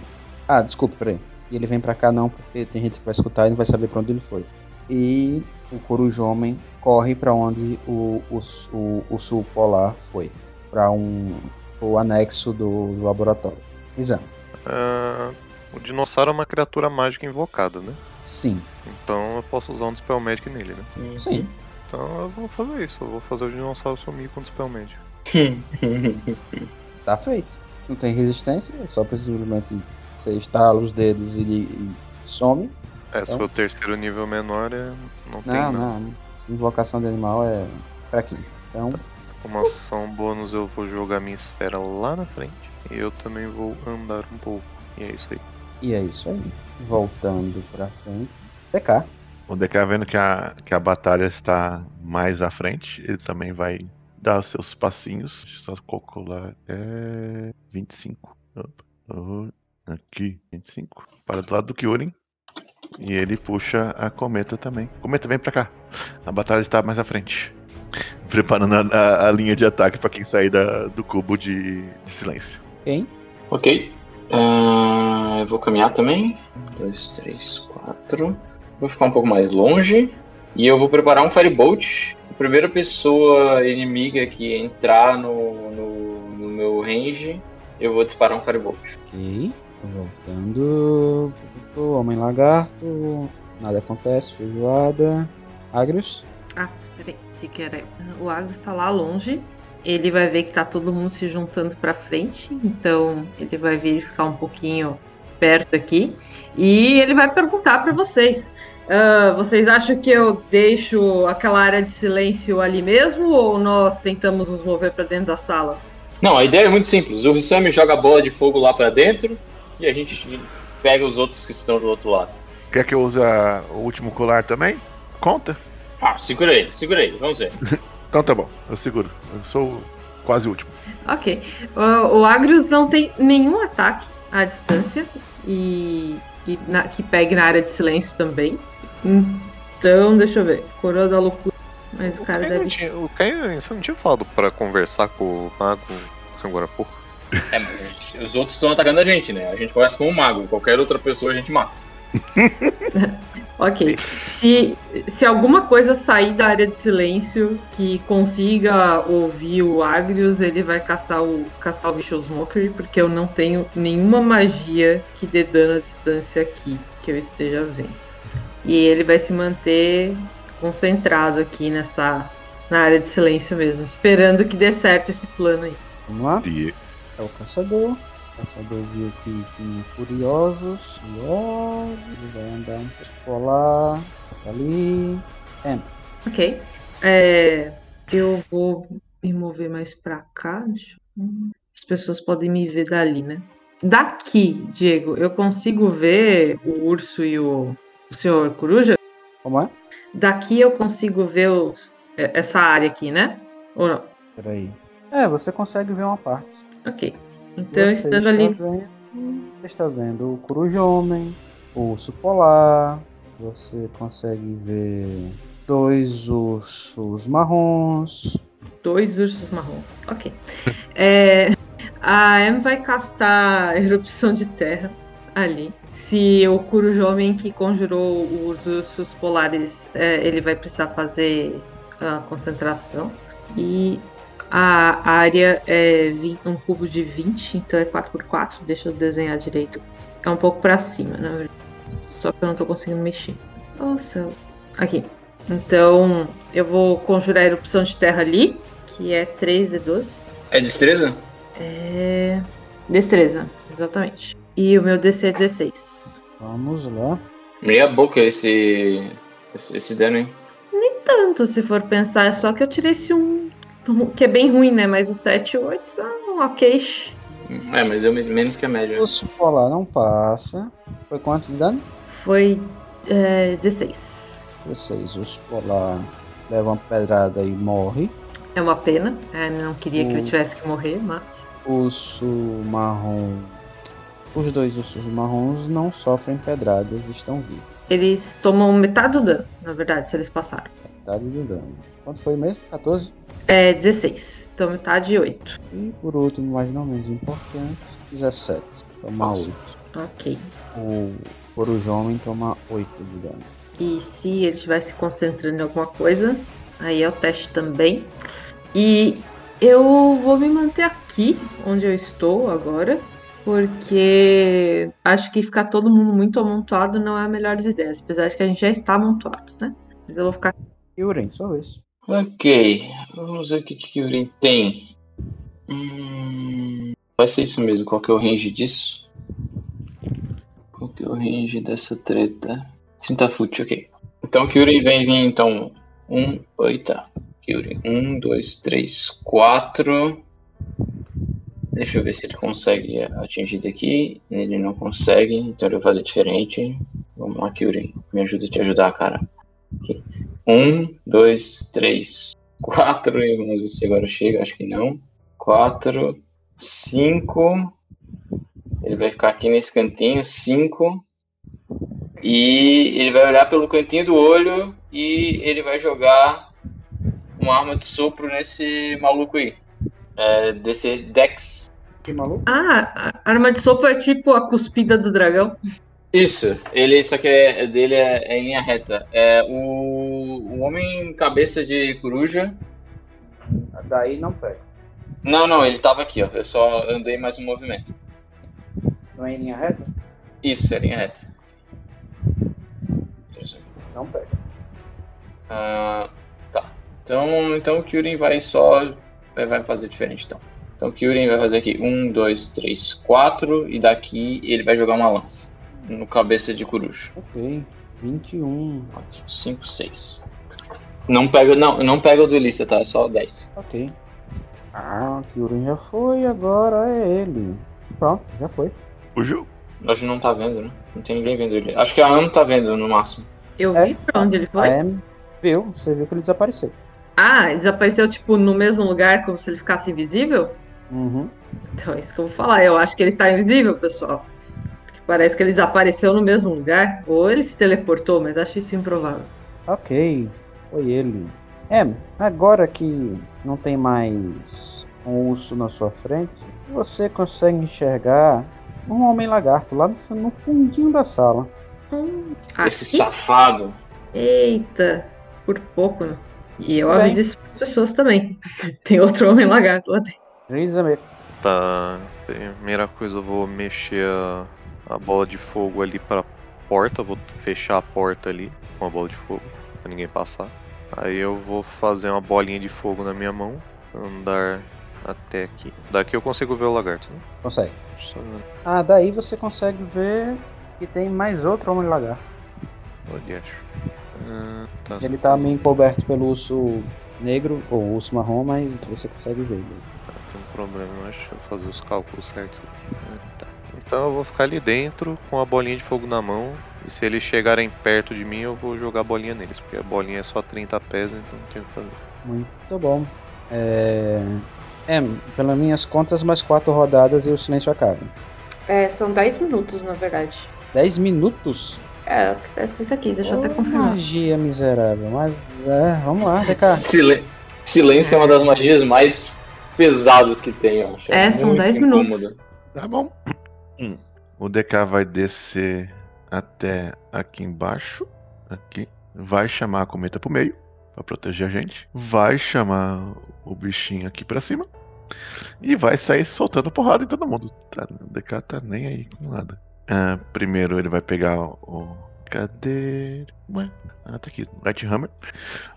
Ah, desculpa, peraí. E ele vem pra cá não, porque tem gente que vai escutar e não vai saber pra onde ele foi. E o corujo homem corre pra onde o, o, o, o sul polar foi. Pra um. o anexo do, do laboratório. Exame. Ah, o dinossauro é uma criatura é mágica invocada, né? Sim. Então eu posso usar um Dispel Magic nele, né? Sim. Então eu vou fazer isso, eu vou fazer o dinossauro sumir com o Dispel Magic. Tá feito. Não tem resistência, é só simplesmente você estala os dedos e, e some. É, se for o terceiro nível menor, é... não tem Então. Não, não. não. Essa invocação de animal é fraquinho. Então, Como ação bônus eu vou jogar minha esfera lá na frente e eu também vou andar um pouco. E é isso aí. e é isso aí. Voltando pra frente. TK. O DK vendo que a, que a batalha está mais à frente, ele também vai dar os seus passinhos. Deixa eu só calcular. É. 25. Opa. Oh, Aqui, 25. Para do lado do Kyurin. E ele puxa a cometa também. Cometa, vem pra cá. A batalha está mais à frente. Preparando a, a- a linha de ataque para quem sair da- do cubo de, de silêncio. Quem? Ok. Ah, eu vou caminhar também. Um, dois, três, quatro. Vou ficar um pouco mais longe. E eu vou preparar um Firebolt. A primeira pessoa inimiga que entrar no, no, no meu range, eu vou disparar um Firebolt. Ok. Voltando. O Homem Lagarto. Nada acontece. Feijoada. Agrius. Ah, Peraí, se quer. é, O Agro está lá longe. Ele vai ver que tá todo mundo se juntando pra frente. Então ele vai vir ficar um pouquinho perto aqui. E ele vai perguntar pra vocês. "Ah, vocês acham que eu deixo aquela área de silêncio ali mesmo ou nós tentamos nos mover pra dentro da sala? Não, a ideia é muito simples. O Rissami joga a bola de fogo lá pra dentro e a gente pega os outros que estão do outro lado. Quer que eu use a- o último colar também? Conta? Ah, segura ele, segura ele, vamos ver. Então tá bom, eu seguro. Eu sou quase o último. Ok. O, o Agrius não tem nenhum ataque à distância e, e na- que pegue na área de silêncio também. Então, deixa eu ver. Coroa da loucura. Mas o cara Caio não deve. tinha- o Caio, você não tinha falado pra conversar com o Mago agora há pouco? É, mas os outros estão atacando a gente, né? A gente começa com um mago, qualquer outra pessoa a gente mata. Ok. Se, se alguma coisa sair da área de silêncio que consiga ouvir o Agrius, ele vai caçar o, castar o Vicious Mockery, porque eu não tenho nenhuma magia que dê dano à distância aqui que eu esteja vendo. E ele vai se manter concentrado aqui nessa na área de silêncio mesmo, esperando que dê certo esse plano aí. Vamos lá. E É o caçador. O caçador viu que tinha curiosos. Curiosos. Ele vai andar um pouco pra lá. pra ali. Ok. É, eu vou me mover mais pra cá. deixa eu- As pessoas podem me ver dali, né? Daqui, Diego, eu consigo ver o urso e o, o senhor coruja? Como é? Daqui eu consigo ver o- é- essa área aqui, né? Ou não? Peraí. É, você consegue ver uma parte. Ok. Então, Você estando está ali. vendo- você está vendo o coruja homem, o urso polar. Você consegue ver dois ursos marrons. Dois ursos marrons. Ok. É, a Em vai castar erupção de terra ali. Se o Kurujomem que conjurou os ursos polares, é, ele vai precisar fazer a concentração. E a área é vin- um cubo de 20, então é 4x4. Deixa eu desenhar direito. É um pouco pra cima, na verdade. Só que eu não tô conseguindo mexer. Oh, céu. Aqui. Então, eu vou conjurar a erupção de terra ali, que é 3d12. É destreza? É. Destreza, exatamente. E o meu DC é 16. Vamos lá. Meia boca esse, esse, esse dano, hein? Tanto se for pensar, é só que eu tirei esse 1, que é bem ruim, né? Mas o 7 e o 8 são ok. É, mas eu me- menos que a média. O urso polar não passa. Foi quanto de dano? Foi é, 16. 16. O urso polar leva uma pedrada e morre. É uma pena. É, não queria que eu Hum. tivesse que morrer, mas. Urso marrom. Os dois ursos marrons não sofrem pedradas, estão vivos. Eles tomam metade do dano, na verdade, se eles passaram. Metade do dano. Quanto foi mesmo? 14? É 16. Então metade e 8. E por último, mas não menos importante, 17. Toma Nossa. 8. Ok. O Corujomem toma 8 de dano. E se ele estiver se concentrando em alguma coisa, aí é o teste também. E eu vou me manter aqui, onde eu estou agora. porque acho que ficar todo mundo muito amontoado não é a melhor das ideias, apesar de que a gente já está amontoado, né? Mas eu vou ficar. Yuren, só vez. Ok, vamos ver o que que o Yuren tem. Hum, vai ser isso mesmo, qual que é o range disso? Qual que é o range dessa treta? 30 foot, ok. Então que o Yuren vem vir, então. Um, oita. Yuren, um, dois, três, quatro. Deixa eu ver se ele consegue atingir daqui. Ele não consegue, então ele vai fazer diferente. Vamos lá, Kyuri. Me ajuda a te ajudar, cara. Aqui. Um, dois, três, quatro. E vamos ver se agora chega. Acho que não. Quatro, cinco. Ele vai ficar aqui nesse cantinho. Cinco. E ele vai olhar pelo cantinho do olho e ele vai jogar uma arma de sopro nesse maluco aí. É, desse Dex. Que maluco? Ah, a arma de sopa é tipo a cuspida do dragão. Isso, ele só que é, dele é, é em linha reta. É o, o homem cabeça de coruja. Daí não pega. Não, não, ele tava aqui, ó. Eu só andei mais um movimento. Não é em linha reta? Isso, é linha reta. Isso. Não pega. Ah, tá. Então, então o Kyurem vai só vai- vai fazer diferente então. Então o Kyurem vai fazer aqui 1, 2, 3, 4 e daqui ele vai jogar uma lança no cabeça de corujo. Ok. 21. 4, 5, 6. Não pega, não, não pega o duelista, tá? É só 10. Ok. Ah, Kyurem já foi, agora é ele. Pronto, já foi. O Ju, Hoje não tá vendo, né? Não tem ninguém vendo ele. Acho que a Ana tá vendo no máximo. Eu É. vi pra onde ele foi. A Em viu, você viu que ele desapareceu. Ah, desapareceu tipo no mesmo lugar, como se ele ficasse invisível? Uhum. Então, é isso que eu vou falar. Eu acho que ele está invisível, pessoal. Porque Parece que ele desapareceu no mesmo lugar. Ou ele se teleportou, mas acho isso improvável. Ok, foi ele. É, agora que não tem mais um urso na sua frente, você consegue enxergar um homem lagarto lá no, fu- no fundinho da sala. Hum, Esse aqui? safado. Eita, por pouco. né? E eu Tudo bem. aviso isso para as pessoas também. Tem outro homem lagarto lá dentro. Rizame, Tá. Primeira coisa, eu vou mexer a, a bola de fogo ali pra porta. Vou fechar a porta ali com a bola de fogo, pra ninguém passar. Aí eu vou fazer uma bolinha de fogo na minha mão. Andar até aqui. Daqui eu consigo ver o lagarto, né? consegue. Só- Ah, daí você consegue ver que tem mais outro homem lagarto. Olha, acho. Ah, tá. Ele tá meio encoberto pelo urso negro, ou urso marrom, mas você consegue ver ele. Tem um problema, eu acho. Deixa eu fazer os cálculos certos. Ah, tá. Então eu vou ficar ali dentro com a bolinha de fogo na mão. E se eles chegarem perto de mim, eu vou jogar a bolinha neles. Porque a bolinha é só 30 pés, então não tem o que fazer. Muito bom. É... é, pelas minhas contas, mais quatro rodadas e o silêncio acaba. É, são 10 minutos, na verdade. Dez minutos? É, é o que tá escrito aqui, deixa eu até Ô, confirmar. Magia miserável, mas é, vamos lá, DK. Silen- Silêncio é uma das magias mais pesadas que tem, eu acho. É, são muito 10 incômodo. minutos. Tá bom. O DK é vai descer até aqui embaixo. Aqui. Vai chamar a cometa pro meio. Pra proteger a gente. Vai chamar o bichinho aqui pra cima. E vai sair soltando porrada em todo mundo. Tá, o DK tá nem aí com nada. Ah, primeiro ele vai pegar o. Cadê? Ué? Ah, tá aqui. Light Hammer.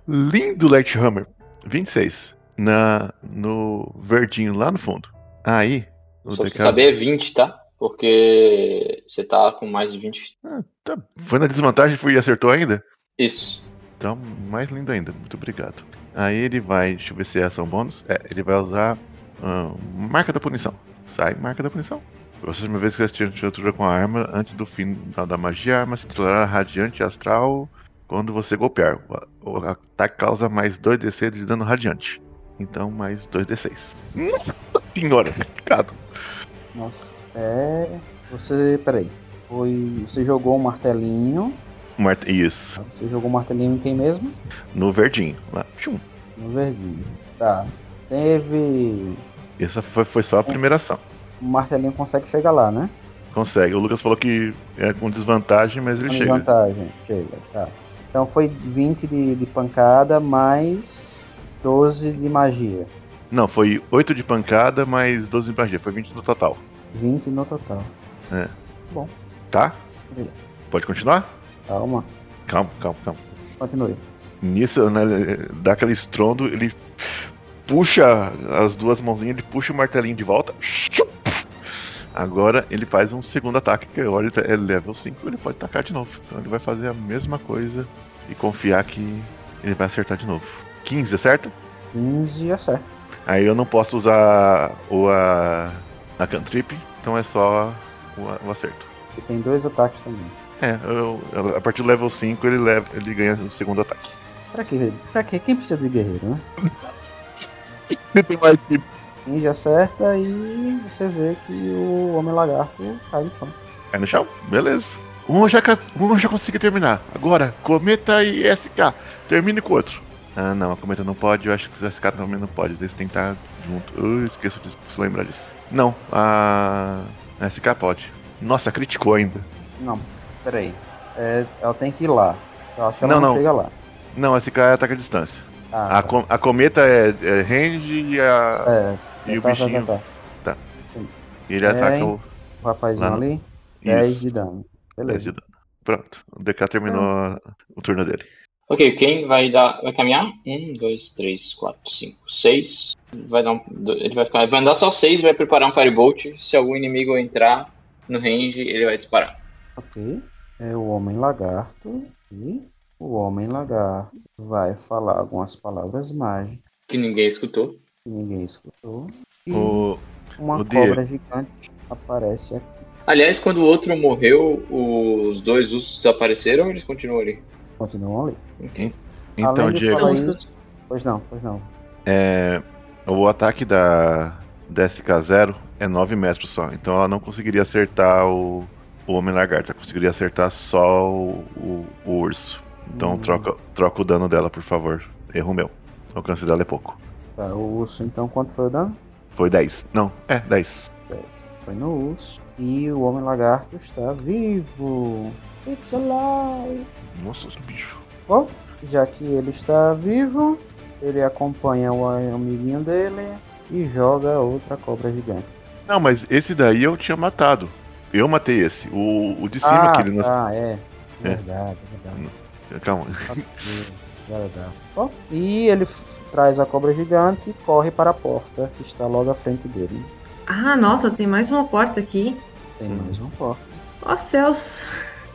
Lindo Light Hammer. 26. Na, no verdinho lá no fundo. Aí. o Só pra você DK saber é 20, tá? Porque você tá com mais de 20. Tá, foi na desvantagem foi e acertou ainda? Isso. Então, mais lindo ainda, muito obrigado. Aí ele vai, deixa eu ver se é ação bônus. É, ele vai usar ah, marca da punição. Sai, marca da punição. Vocês uma vez que assistiram estrutura com a arma, antes do fim da, da magia, a arma se tornará radiante astral quando você golpear. O, o ataque causa mais 2d6 de dano radiante. Então, mais 2d6. Nossa senhora, complicado. Nossa, é. Você, peraí. Foi, você jogou um martelinho. Marte- Isso, Você jogou um martelinho em quem mesmo? no verdinho. Lá, tchum. No verdinho. Tá. Teve. Essa foi, foi só a primeira ação. O martelinho consegue chegar lá, né? Consegue. O Lucas falou que é com desvantagem, mas ele Com chega. desvantagem. Chega, tá. Então foi 20 de, de pancada mais 12 de magia. Não, foi 8 de pancada, mais 12 de magia. Foi 20 no total. 20 no total. É. Bom. Tá? Beleza. Pode continuar? Calma, Calma, calma, calma. continue. Nisso, né, dá aquele estrondo, ele puxa as duas mãozinhas, ele puxa o martelinho de volta. Chup! Agora ele faz um segundo ataque, que agora ele tá- é level 5, ele pode atacar de novo. Então ele vai fazer a mesma coisa e confiar que ele vai acertar de novo. 15, acerta? 15 acerta. Aí eu não posso usar o, a, a cantrip, então é só o, o acerto. E tem dois ataques também. É, eu- eu- a partir do level 5 ele, leva, ele ganha o segundo ataque. Pra quê? Pra quê? Quem precisa de guerreiro, né? Ele tem mais que 15 acerta e você vê que o Homem Lagarto cai no chão. Aí no chão? Beleza. Um eu já, ca- um eu já consegui terminar. Agora, Cometa e SK. Termine com o outro. Ah, não, a Cometa não pode. Eu acho que o SK também não pode. Eles têm que estar junto. Eu esqueço disso. Preciso lembrar disso. Não, a... a SK pode. Nossa, criticou ainda. Não, peraí. É, ela tem que ir lá. Eu acho que ela Não, não, não. chega lá. Não, a SK é ataque à distância. Ah, A, tá. com- a Cometa é, é range e, a... É, e o tá, tá, tá, bichinho. tá. Ele É, ataca hein? o... O rapazinho Lá no- ali, 10 Isso, de dano. 10 de Beleza. dano. Pronto. O DK terminou a- o turno dele. Ok, quem vai dar. Vai caminhar? Um, dois, três, quatro, cinco, seis. Vai dar um. do- Ele vai ficar. Vai andar só seis vai preparar um Firebolt. Se algum inimigo entrar no range, ele vai disparar. Ok. É o Homem Lagarto. E o Homem Lagarto vai falar algumas palavras mágicas Que ninguém escutou. que ninguém escutou. E O... uma o cobra Diego. gigante aparece aqui. Aliás, quando o outro morreu, os dois ursos desapareceram ou eles continuam ali? Continuam ali. Então, Além de Diego... falar São isso- Pois não, pois não. É, o ataque da, da SK0 é 9 metros só, então ela não conseguiria acertar o, o Homem Lagarta, conseguiria acertar só o, o- o urso. Então Hum. troca, troca o dano dela, por favor. Erro meu. O alcance dela é pouco. Tá, o urso, então, quanto foi o dano? Foi 10. Não, é 10. 10. Foi no urso. E o Homem Lagarto está vivo. It's alive! Nossa, esse bicho. Bom, já que ele está vivo, ele acompanha o amiguinho dele e joga outra cobra gigante. Não, mas esse daí eu tinha matado. Eu matei esse. O, o de cima que ele não. tá, é. Verdade, verdade. Calma. verdade. Bom, e ele f- traz a cobra gigante e corre para a porta que está logo à frente dele. Ah, nossa, tem mais uma porta aqui. Tem Hum. mais um porta. Ó céus.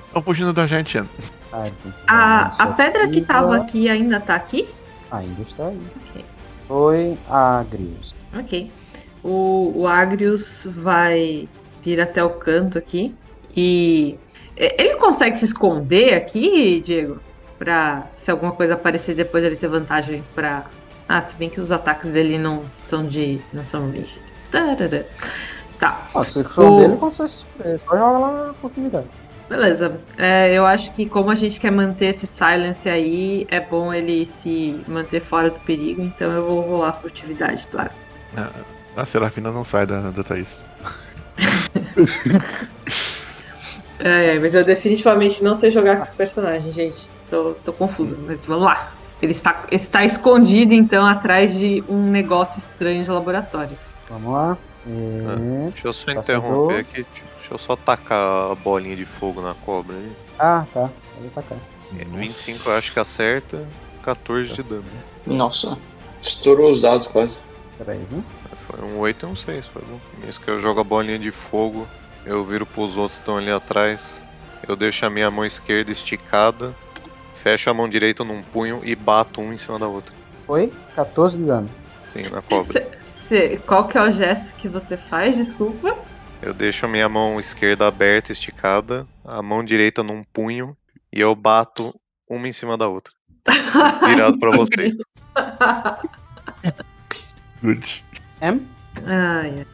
Estão fugindo da gente, Ana. Ah, ele tem que A, jogar a pedra que iniciativa. tava aqui ainda tá aqui? Ah, Ainda está aí. Ok. Foi a Grius. Ok. O, o Agrius vai vir até o canto aqui e. é, Ele consegue se esconder aqui, Diego? Pra se alguma coisa aparecer depois ele ter vantagem pra. Ah, se bem que os ataques dele não são de. não são de. Tarará. Tá, Ah, se for O- dele, consegue se surpreender. É, Só joga lá na furtividade. beleza. É, eu acho que como a gente quer manter esse silence aí, é bom ele se manter fora do perigo, então eu vou rolar a furtividade do Agrius. Ah, A Serafina não sai da, da Thaís. É, mas eu definitivamente não sei jogar com esse personagem, gente. Tô, tô confusa, mas vamos lá. Ele está, está escondido, então, atrás de um negócio estranho de laboratório. Vamos lá. É... Deixa eu só Tá interromper aqui. Deixa eu só tacar a bolinha de fogo na cobra ali. Ah, tá. Pode atacar. É, 25 eu acho que acerta. 14 de dano. Nossa. Estourou os dados quase. Peraí, viu? Foi um 8 e um 6, foi bom. Isso que eu jogo a bolinha de fogo, eu viro pros outros que estão ali atrás, eu deixo a minha mão esquerda esticada, fecho a mão direita num punho e bato um em cima da outra. Foi 14 de dano. Sim, na cobra. Cê- cê- qual que é o gesto que você faz? Desculpa. Eu deixo a minha mão esquerda aberta, esticada, a mão direita num punho e eu bato uma em cima da outra. Virado pra vocês. Good. M? Ai, ai.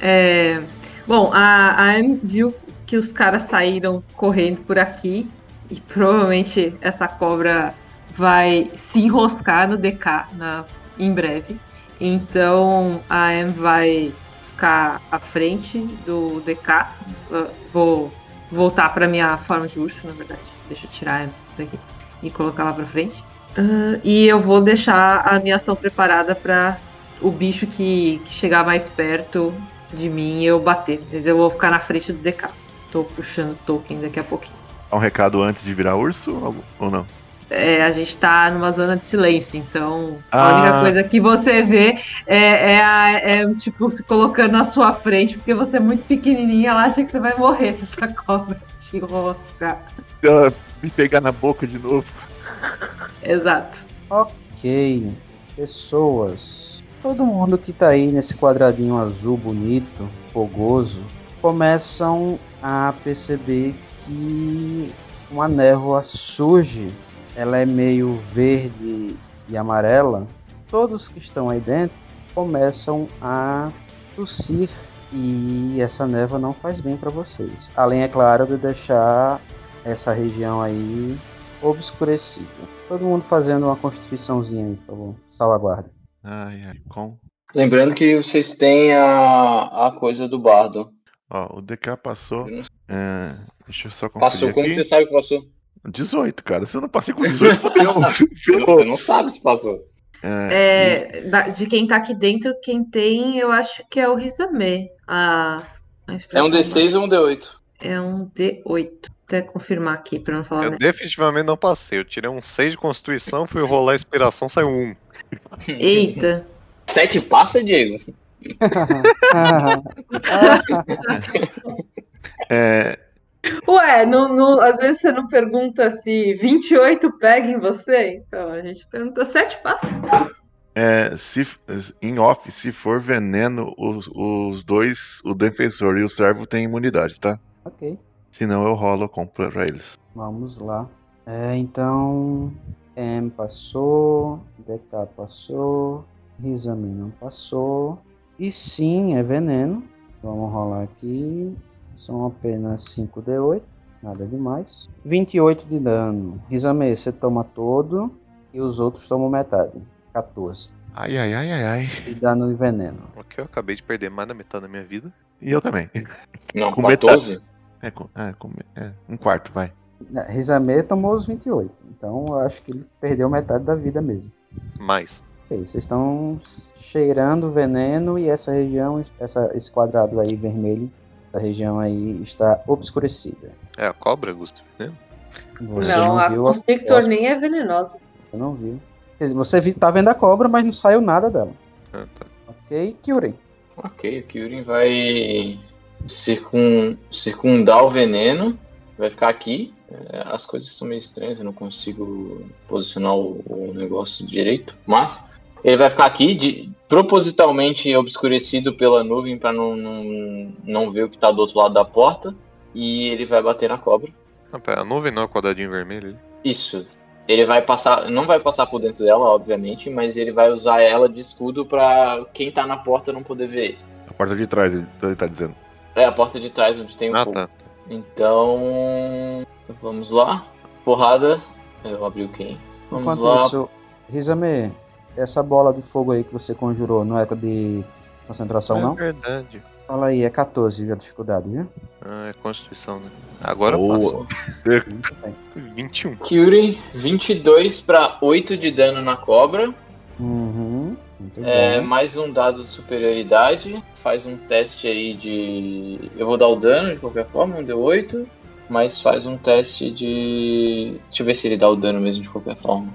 É, bom, a, a Anne viu que os caras saíram correndo por aqui e provavelmente essa cobra vai se enroscar no DK na- em breve. Então a Anne vai ficar à frente do DK. Uh, Vou voltar para minha forma de urso, na verdade. Deixa eu tirar a Anne daqui e colocar lá para frente. Ah, e eu vou deixar a minha ação preparada para o bicho que, que chegar mais perto de mim e eu bater. Mas eu vou ficar na frente do DK. Tô puxando o token daqui a pouquinho. Dá um recado antes de virar urso ou- ou não? É, a gente tá numa zona de silêncio, então a Ah. única coisa que você vê é, é, a- é, tipo se colocando na sua frente, porque você é muito pequenininha, ela acha que você vai morrer se essa cobra te enroscar. Se ela me pegar na boca de novo. Exato. Ok, pessoas, todo mundo que tá aí nesse quadradinho azul bonito, fogoso, começam a perceber que uma névoa surge. Ela é meio verde e amarela. Todos que estão aí dentro começam a tossir e essa névoa não faz bem para vocês. Além, é claro, de deixar essa região aí obscurecida. Todo mundo fazendo uma constituiçãozinha aí, por favor. Salvaguarda. Ai, ai, com. Lembrando que vocês têm a, a coisa do bardo. Ó, o DK passou. Hum. é, deixa eu só conferir. Passou, como aqui. você sabe que passou? 18, cara. Se eu não passei com 18, fodeu. Você não sabe se passou. É, É, da- de quem tá aqui dentro, quem tem, eu acho que é o Rizame. A, a É expressão um D6 ou um D8? É um D8. Vou até confirmar aqui pra não É falar Eu merda. definitivamente não passei. Eu tirei um 6 de constituição, fui rolar a inspiração, saiu um. Eita. Sete passa, Diego? é, Ué, não, não- às vezes você não pergunta se 28 pega em você? Então a gente pergunta 7 passa. é, se, em off, se for veneno, os, os dois, o defensor e o servo, têm imunidade, tá? ok, Se não, eu rolo compra pra eles. vamos lá. É, então, M passou, DK passou, Rizami não passou. E sim, é veneno. Vamos rolar aqui. São apenas 5d8, nada demais. 28 de dano. Rizami, você toma todo e os outros tomam metade. 14. Ai, ai, ai, ai, ai. De dano e veneno. Ok, eu acabei de perder mais da metade da minha vida. E eu também. Não, Com metade. 14? É, com, é, com, é, um quarto, vai. É, Rizame tomou os 28, então eu acho que ele perdeu metade da vida mesmo. Mais. Ok, Vocês estão cheirando veneno e essa região, essa, esse quadrado aí vermelho, essa região aí está obscurecida. É a cobra, Gusto? Né? Você não, não, a viu a Constrictor nem é venenosa. Você não viu. Quer dizer, você vi- tá vendo a cobra, mas não saiu nada dela. Ah, tá. Ok, Kyurem. Ok, o Kyurem vai circun- circundar o veneno, vai ficar aqui. É, As coisas estão meio estranhas, eu não consigo posicionar o, o negócio direito, mas ele vai ficar aqui, de- propositalmente obscurecido pela nuvem para não, não, não ver o que está do outro lado da porta, e ele vai bater na cobra. Ah, pera, a nuvem não é o quadradinho vermelho ali? Isso. Ele vai passar, não vai passar por dentro dela, obviamente, mas ele vai usar ela de escudo para quem tá na porta não poder ver. ele. A porta de trás, ele, ele tá dizendo. É a porta de trás onde tem o Ah, fogo. tá. Então. Vamos lá. Porrada. Eu abri o quem? Vamos Enquanto lá. isso, Rizame, essa bola de fogo aí que você conjurou não é de concentração, é Então não? verdade. Fala aí, é 14 viu, a dificuldade, viu? Ah, é constituição, né? Agora Boa. passa. Muito bem. 21. Kyuri, 22 para 8 de dano na cobra. Uhum, muito É, bem. mais um dado de superioridade. Faz um teste aí de. Eu vou dar o dano de qualquer forma, um D8. Mas faz um teste de. Deixa eu ver se ele dá o dano mesmo de qualquer forma.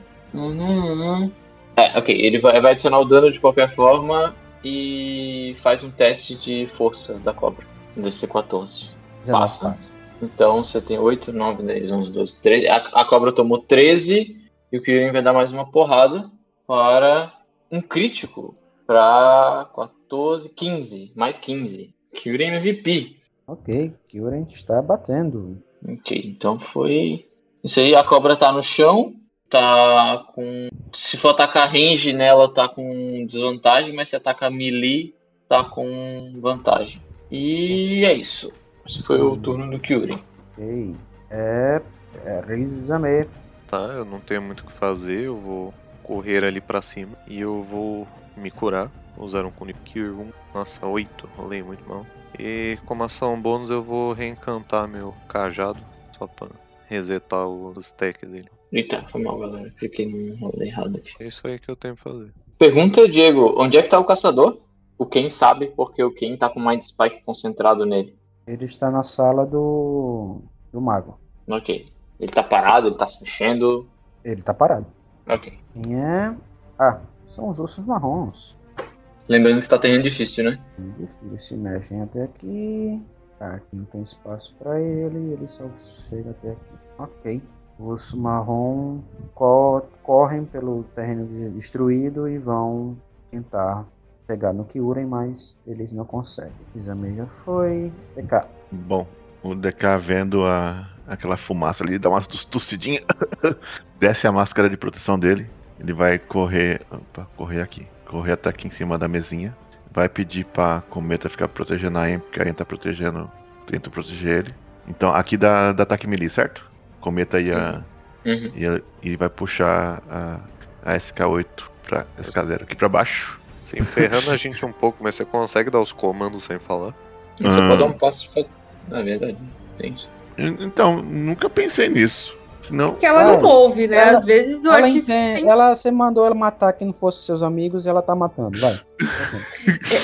É, ok. Ele vai, vai adicionar o dano de qualquer forma e faz um teste de força da cobra. Um DC14. 19 passa. Então você tem 8, 9, 10, 11, 12, 13. A, a cobra tomou 13 e o Kyurem vai dar mais uma porrada para um crítico para 14, 15, mais 15. Kyurem é MVP. Ok, Kyurem está batendo. Ok, então foi isso aí. A cobra tá no chão, tá com. Se for atacar range nela, tá com desvantagem, mas se atacar melee, tá com vantagem. E é isso. Esse foi o turno do Kyurem. Ok. É. É Rizame. Tá, eu não tenho muito o que fazer, eu vou correr ali pra cima e eu vou me curar. Vou usar um Cunic Cure 1. Nossa, 8, rolei muito mal. E como ação bônus eu vou reencantar meu cajado, só pra resetar o stack dele. Eita, foi mal, galera. Fiquei no rolê errado aqui. É isso aí que eu tenho pra fazer. Pergunta, Diego, onde é que tá o caçador? O Ken sabe porque o Ken tá com o Mind Spike concentrado nele. Ele está na sala do. do mago. Ok. Ele tá parado, ele tá se mexendo. Ele tá parado. Ok. Quem é. Ah, são os ursos marrons. Lembrando que tá terreno difícil, né? Eles se mexem até aqui. Tá, aqui não tem espaço pra ele, ele só chega até aqui. Ok. Urso marrom co- correm pelo terreno des- destruído e vão tentar pegar no Kyurem, mas eles não conseguem. Exame já foi. TK. Bom, o DK vendo a, aquela fumaça ali, dá uma tus- tossidinha, desce a máscara de proteção dele. Ele vai correr. Opa, correr aqui. Correr até aqui em cima da mesinha. Vai pedir pra Cometa ficar protegendo a Em, porque a Em tá protegendo. Tenta proteger ele. Então, aqui dá, dá ataque melee, certo? Cometa ia, Uhum. ia, e vai puxar a, a SK8 pra SK0 aqui pra baixo. Sim, ferrando a gente um pouco, mas você consegue dar os comandos sem falar? Você Ah. pode dar um passo pra... Na verdade, é gente. En- Então, nunca pensei nisso. Senão. Que ela não É. ouve, né? Ela- Às vezes o Ela, artifício. entende, ela, você mandou ela matar quem não fosse seus amigos e ela tá matando, vai.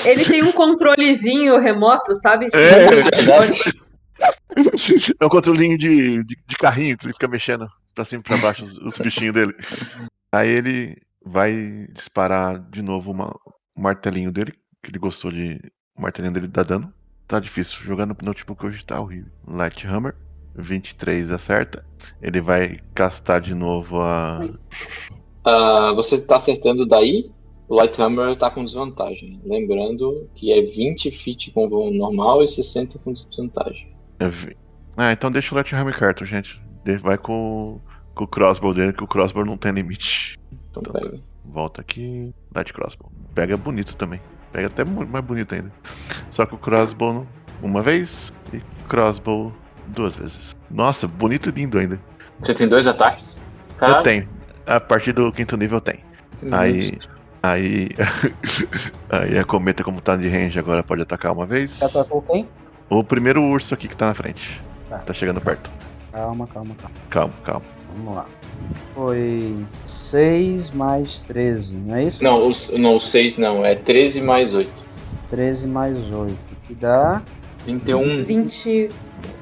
Ele tem um controlezinho remoto, sabe? É. Verdade. É um controlinho de, de, de carrinho que ele fica mexendo pra cima e pra baixo, os, os bichinhos dele. Aí ele vai disparar de novo uma- o martelinho dele, que ele gostou de. O martelinho dele dá dano. Tá difícil. Jogar no notebook hoje tá horrível. Light Hammer, 23 acerta. Ele vai castar de novo a. Ah, você tá acertando daí, o Light Hammer tá com desvantagem. Lembrando que é 20 feet com voo normal e 60 com desvantagem. a vi- Ah, então deixa o Light Hammer Carton, gente. De- Vai com, o- com o crossbow dele, que o crossbow não tem limite. Então Então pega. Volta aqui. Light crossbow. Pega bonito também. Pega até mu- mais bonito ainda. Só que o crossbow não- uma vez e crossbow duas vezes. Nossa, bonito e lindo ainda. Você tem dois ataques? Tá. Eu tenho. A partir do quinto nível tem. Uhum. Aí. Aí. aí a cometa, como tá de range agora, pode atacar uma vez. Já atacou tá quem? O primeiro urso aqui que tá na frente. Tá. Tá chegando perto. Calma, calma, calma. Calma, calma. Vamos lá. Foi 6 mais 13, não é isso? Não, os, não, os 6 não, é 13 mais 8. 13 mais 8, que dá 21. 20.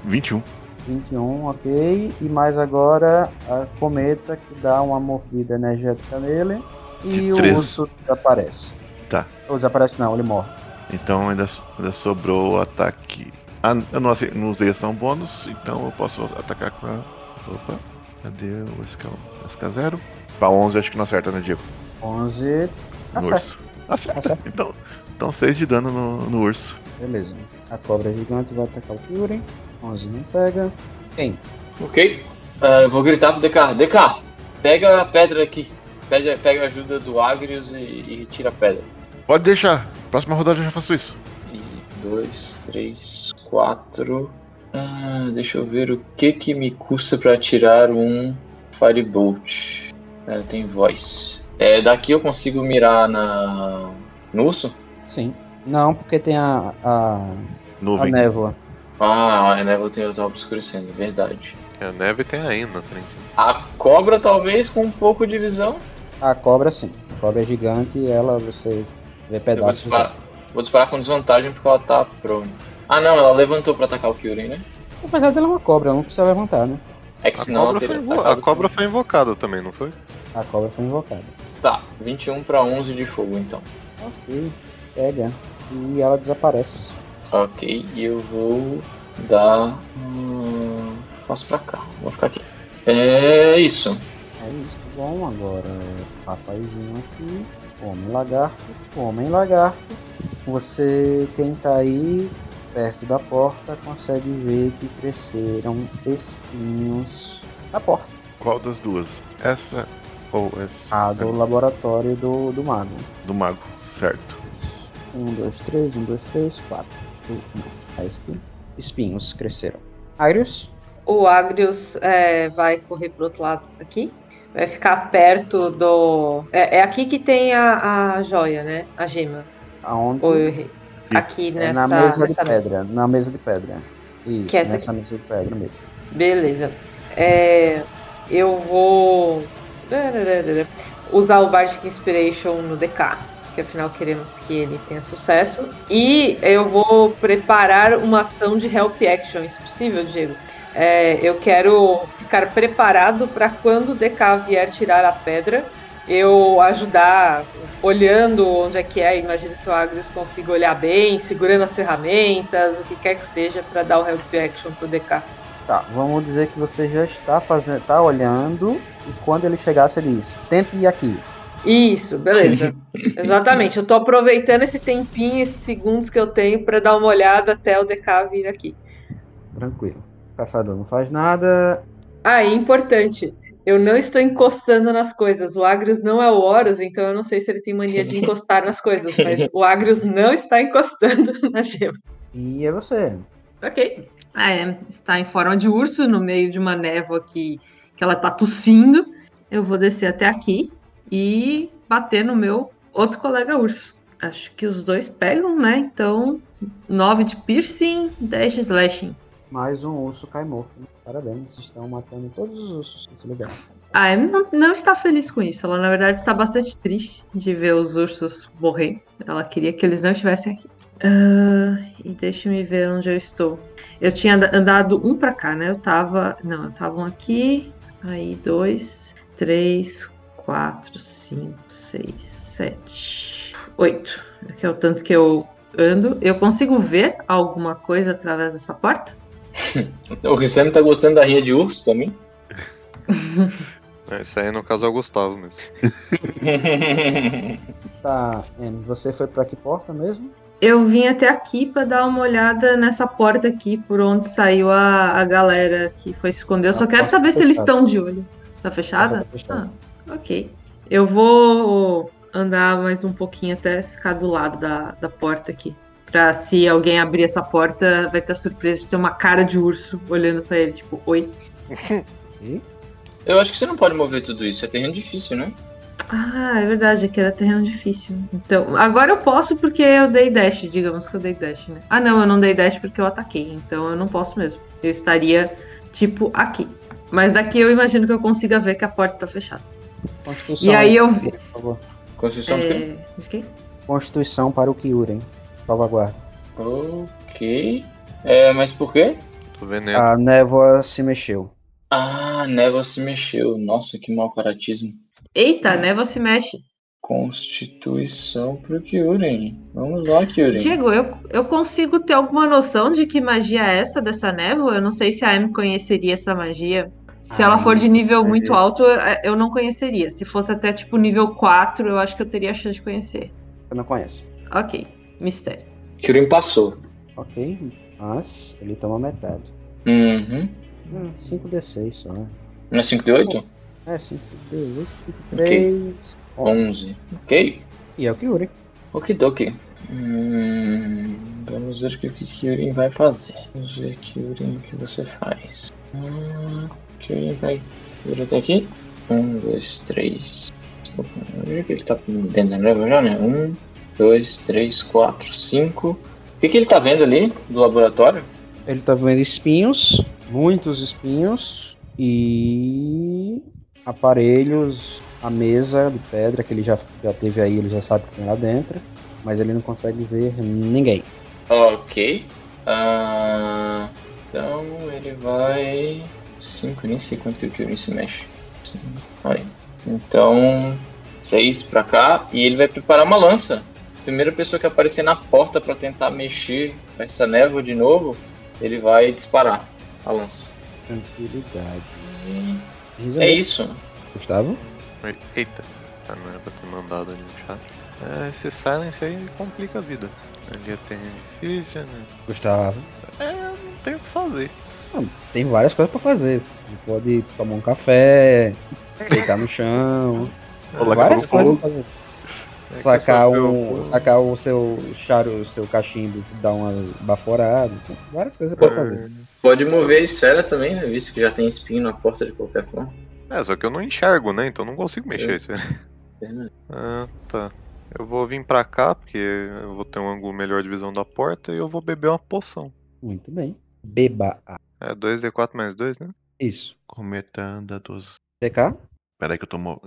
21. 21, ok. E mais agora a cometa que dá uma mordida energética nele. E De o 13. urso desaparece. Tá. Ou desaparece não, ele morre. Então ainda, so- ainda sobrou o ataque. Ah, eu não, ace- não usei ação bônus, então eu posso atacar com a. Opa, cadê o SK, SK0? Pra 11 acho que não acerta, né, Diego? 11. No Acerta. urso. Acerta. Acerta. Então, então 6 de dano no, no urso. Beleza. A cobra gigante vai atacar o Kyurem. 11 não pega. Quem? Ok. Ah, eu vou gritar pro DK. DK, pega a pedra aqui. Pega, pega a ajuda do Agrius e, e tira a pedra. Pode deixar, próxima rodada eu já faço isso. E dois, três, quatro. Ah, deixa eu ver o que que me custa pra tirar um Firebolt. É, tem voz. É, daqui eu consigo mirar na. No urso? Sim. Não, porque tem a, a, a Nuvem. névoa. Ah, a névoa tem- tá obscurecendo, verdade. É, a neve tem a né? Ina, frente. A cobra talvez com um pouco de visão. A cobra sim. A cobra é gigante e ela você vê Eu vou pedaços. disparar. Vou disparar com desvantagem porque ela tá prone. Ah não, ela levantou pra atacar o Kyurem, né? Na verdade ela é uma cobra, ela não precisa levantar, né? É que A senão ela cobra, teria foi invo- atacado. a cobra foi invocada também, não foi? A cobra foi invocada. Tá, 21 pra 11 de fogo então. Ok. Pega. E ela desaparece. Ok, e eu vou dar. hum, Posso pra cá, vou ficar aqui. É isso. É isso. Bom, agora é rapazinho aqui, homem lagarto, homem lagarto. Você, quem tá aí perto da porta, consegue ver que cresceram espinhos na porta Qual das duas? Essa ou essa? ah, do laboratório do, do mago. Do mago, certo. Um, dois, três, um, dois, três, quatro. Um, um. É isso aqui. Espinhos cresceram. Arius? O Agrius é, vai correr pro outro lado aqui. Vai ficar perto do. É, é aqui que tem a, a joia, né? A gema. Aonde? Ou eu errei? Aqui É nessa. na mesa de nessa mesa. pedra. Na mesa de pedra. Isso, Que é essa nessa mesa de pedra mesmo. Beleza. É, eu vou. Usar o Bardic Inspiration no DK. porque afinal queremos que ele tenha sucesso. E eu vou preparar uma ação de help action, se possível, Diego. É, eu quero ficar preparado para quando o DK vier tirar a pedra, eu ajudar olhando onde é que é. Imagino que o Agrius consiga olhar bem, segurando as ferramentas, o que quer que seja, para dar o help action pro DK. Tá, vamos dizer que você já está fazendo, tá olhando e quando ele chegar você diz, tente ir aqui. Isso, beleza. Exatamente. Eu tô aproveitando esse tempinho, esses segundos que eu tenho para dar uma olhada até o DK vir aqui. Tranquilo. O caçador não faz nada. Ah, e importante. Eu não estou encostando nas coisas. O Agrius não é o Horus, então eu não sei se ele tem mania de encostar nas coisas, mas o Agrius não está encostando na gema. E é você. Ok. Ah, é. Está em forma de urso, no meio de uma névoa que, que ela tá tossindo. Eu vou descer até aqui e bater no meu outro colega urso. Acho que os dois pegam, né? Então, 9 de piercing, 10 de slashing. Mais um urso cai morto. Parabéns, estão matando todos os ursos nesse lugar. A Em Ah, não, não está feliz com isso. Ela, na verdade, está bastante triste de ver os ursos morrer. Ela queria que eles não estivessem aqui. Ah, e deixa me ver onde eu estou. Eu tinha anda- andado um pra cá, né? Eu tava. Não, eu tava um aqui. Aí, dois, três, quatro, cinco, seis, sete, oito. Que é o tanto que eu ando. Eu consigo ver alguma coisa através dessa porta? O Riceno tá gostando da rinha de urso também? É, Isso aí, no caso, é o Gustavo mesmo. Tá, Em, você foi pra que porta mesmo? Eu vim até aqui para dar uma olhada nessa porta aqui, por onde saiu a, a galera que foi se esconder. Eu só A quero porta saber tá se eles fechada. estão de olho. Tá Tá fechada? fechada. Ah, ok. Eu vou andar mais um pouquinho até ficar do lado da, da porta aqui. Pra se alguém abrir essa porta, vai ter a surpresa de ter uma cara de urso olhando pra ele, tipo, oi. Ah. Eu acho que você não pode mover tudo isso, é terreno difícil, né? Ah, é verdade, é que era terreno difícil. Então, agora eu posso porque eu dei dash, digamos que eu dei dash, né? Ah, não, eu não dei dash porque eu ataquei, então eu não posso mesmo. Eu estaria, tipo, aqui. Mas daqui eu imagino que eu consiga ver que a porta está fechada. Constituição. E aí eu vi- Por favor. Construção de quem? É, de quem? Constituição para o Kyuren. Salvaguarda. Ok. É, mas por quê? Tô vendo aí. A névoa se mexeu. Ah, a névoa se mexeu. Nossa, que mau caratismo. Eita, né? Você mexe. Constituição pro Kyurem. Vamos lá, Kyurem. Diego, eu, eu consigo ter alguma noção de que magia é essa dessa névoa? Eu não sei se a Amy conheceria essa magia. Se Ah, ela for de nível muito alto, eu- eu não conheceria. Se fosse até tipo nível 4, eu acho que eu teria a chance de conhecer. Você não conhece. Ok, mistério. Kyurem passou. Ok, mas ele toma metade. Uhum. 5d6 só, né? Não é 5 de 8? É, 5d8, 23. 11. Ok? E é o Kyuren. Ok, ok. Hum, vamos ver o que o que Kyurem vai fazer. Vamos ver, Kyurem, o que você faz. Hum, Kyurem vai vir até aqui. Um, dois, três. Onde que ele tá dentro da névoa já, né? Um, dois, três, quatro, cinco. O que, que ele tá vendo ali do laboratório? Ele tá vendo espinhos, muitos espinhos e aparelhos, a mesa de pedra que ele já, já teve aí, ele já sabe o que tem lá dentro, mas ele não consegue ver ninguém. Ok. Ah, então ele vai. 5, nem sei quanto que o Kyurem se mexe. Cinco, Aí. Então, 6 pra cá. E ele vai preparar uma lança. Primeira pessoa que aparecer na porta pra tentar mexer com essa névoa de novo, ele vai disparar a lança. Tranquilidade. E Risa É aí, isso. Gustavo? Eita. Ah, não era pra ter mandado ali no chat. É, esse silence aí complica a vida. Ali é terreno difícil, né? Gustavo. É, não tem o que fazer. Ah, Tem várias coisas pra fazer. Você pode tomar um café, deitar no chão, Olá, várias coisas acabou o pra fazer. É que Sacar eu só- o, eu- sacar um o seu charo, o seu cachimbo, dar uma baforada. Então, várias coisas É. pra fazer. Pode mover a esfera também, né? Visto que já tem espinho na porta de qualquer forma. É, só que eu não enxergo, né? Então não consigo mexer isso. Verdade. Ah, tá. Eu vou vir pra cá, porque eu vou ter um ângulo melhor de visão da porta e eu vou beber uma poção. Muito bem. Beba a. É 2D4 mais 2, né? Isso. Cometa anda dos. TK? Peraí que eu tomo.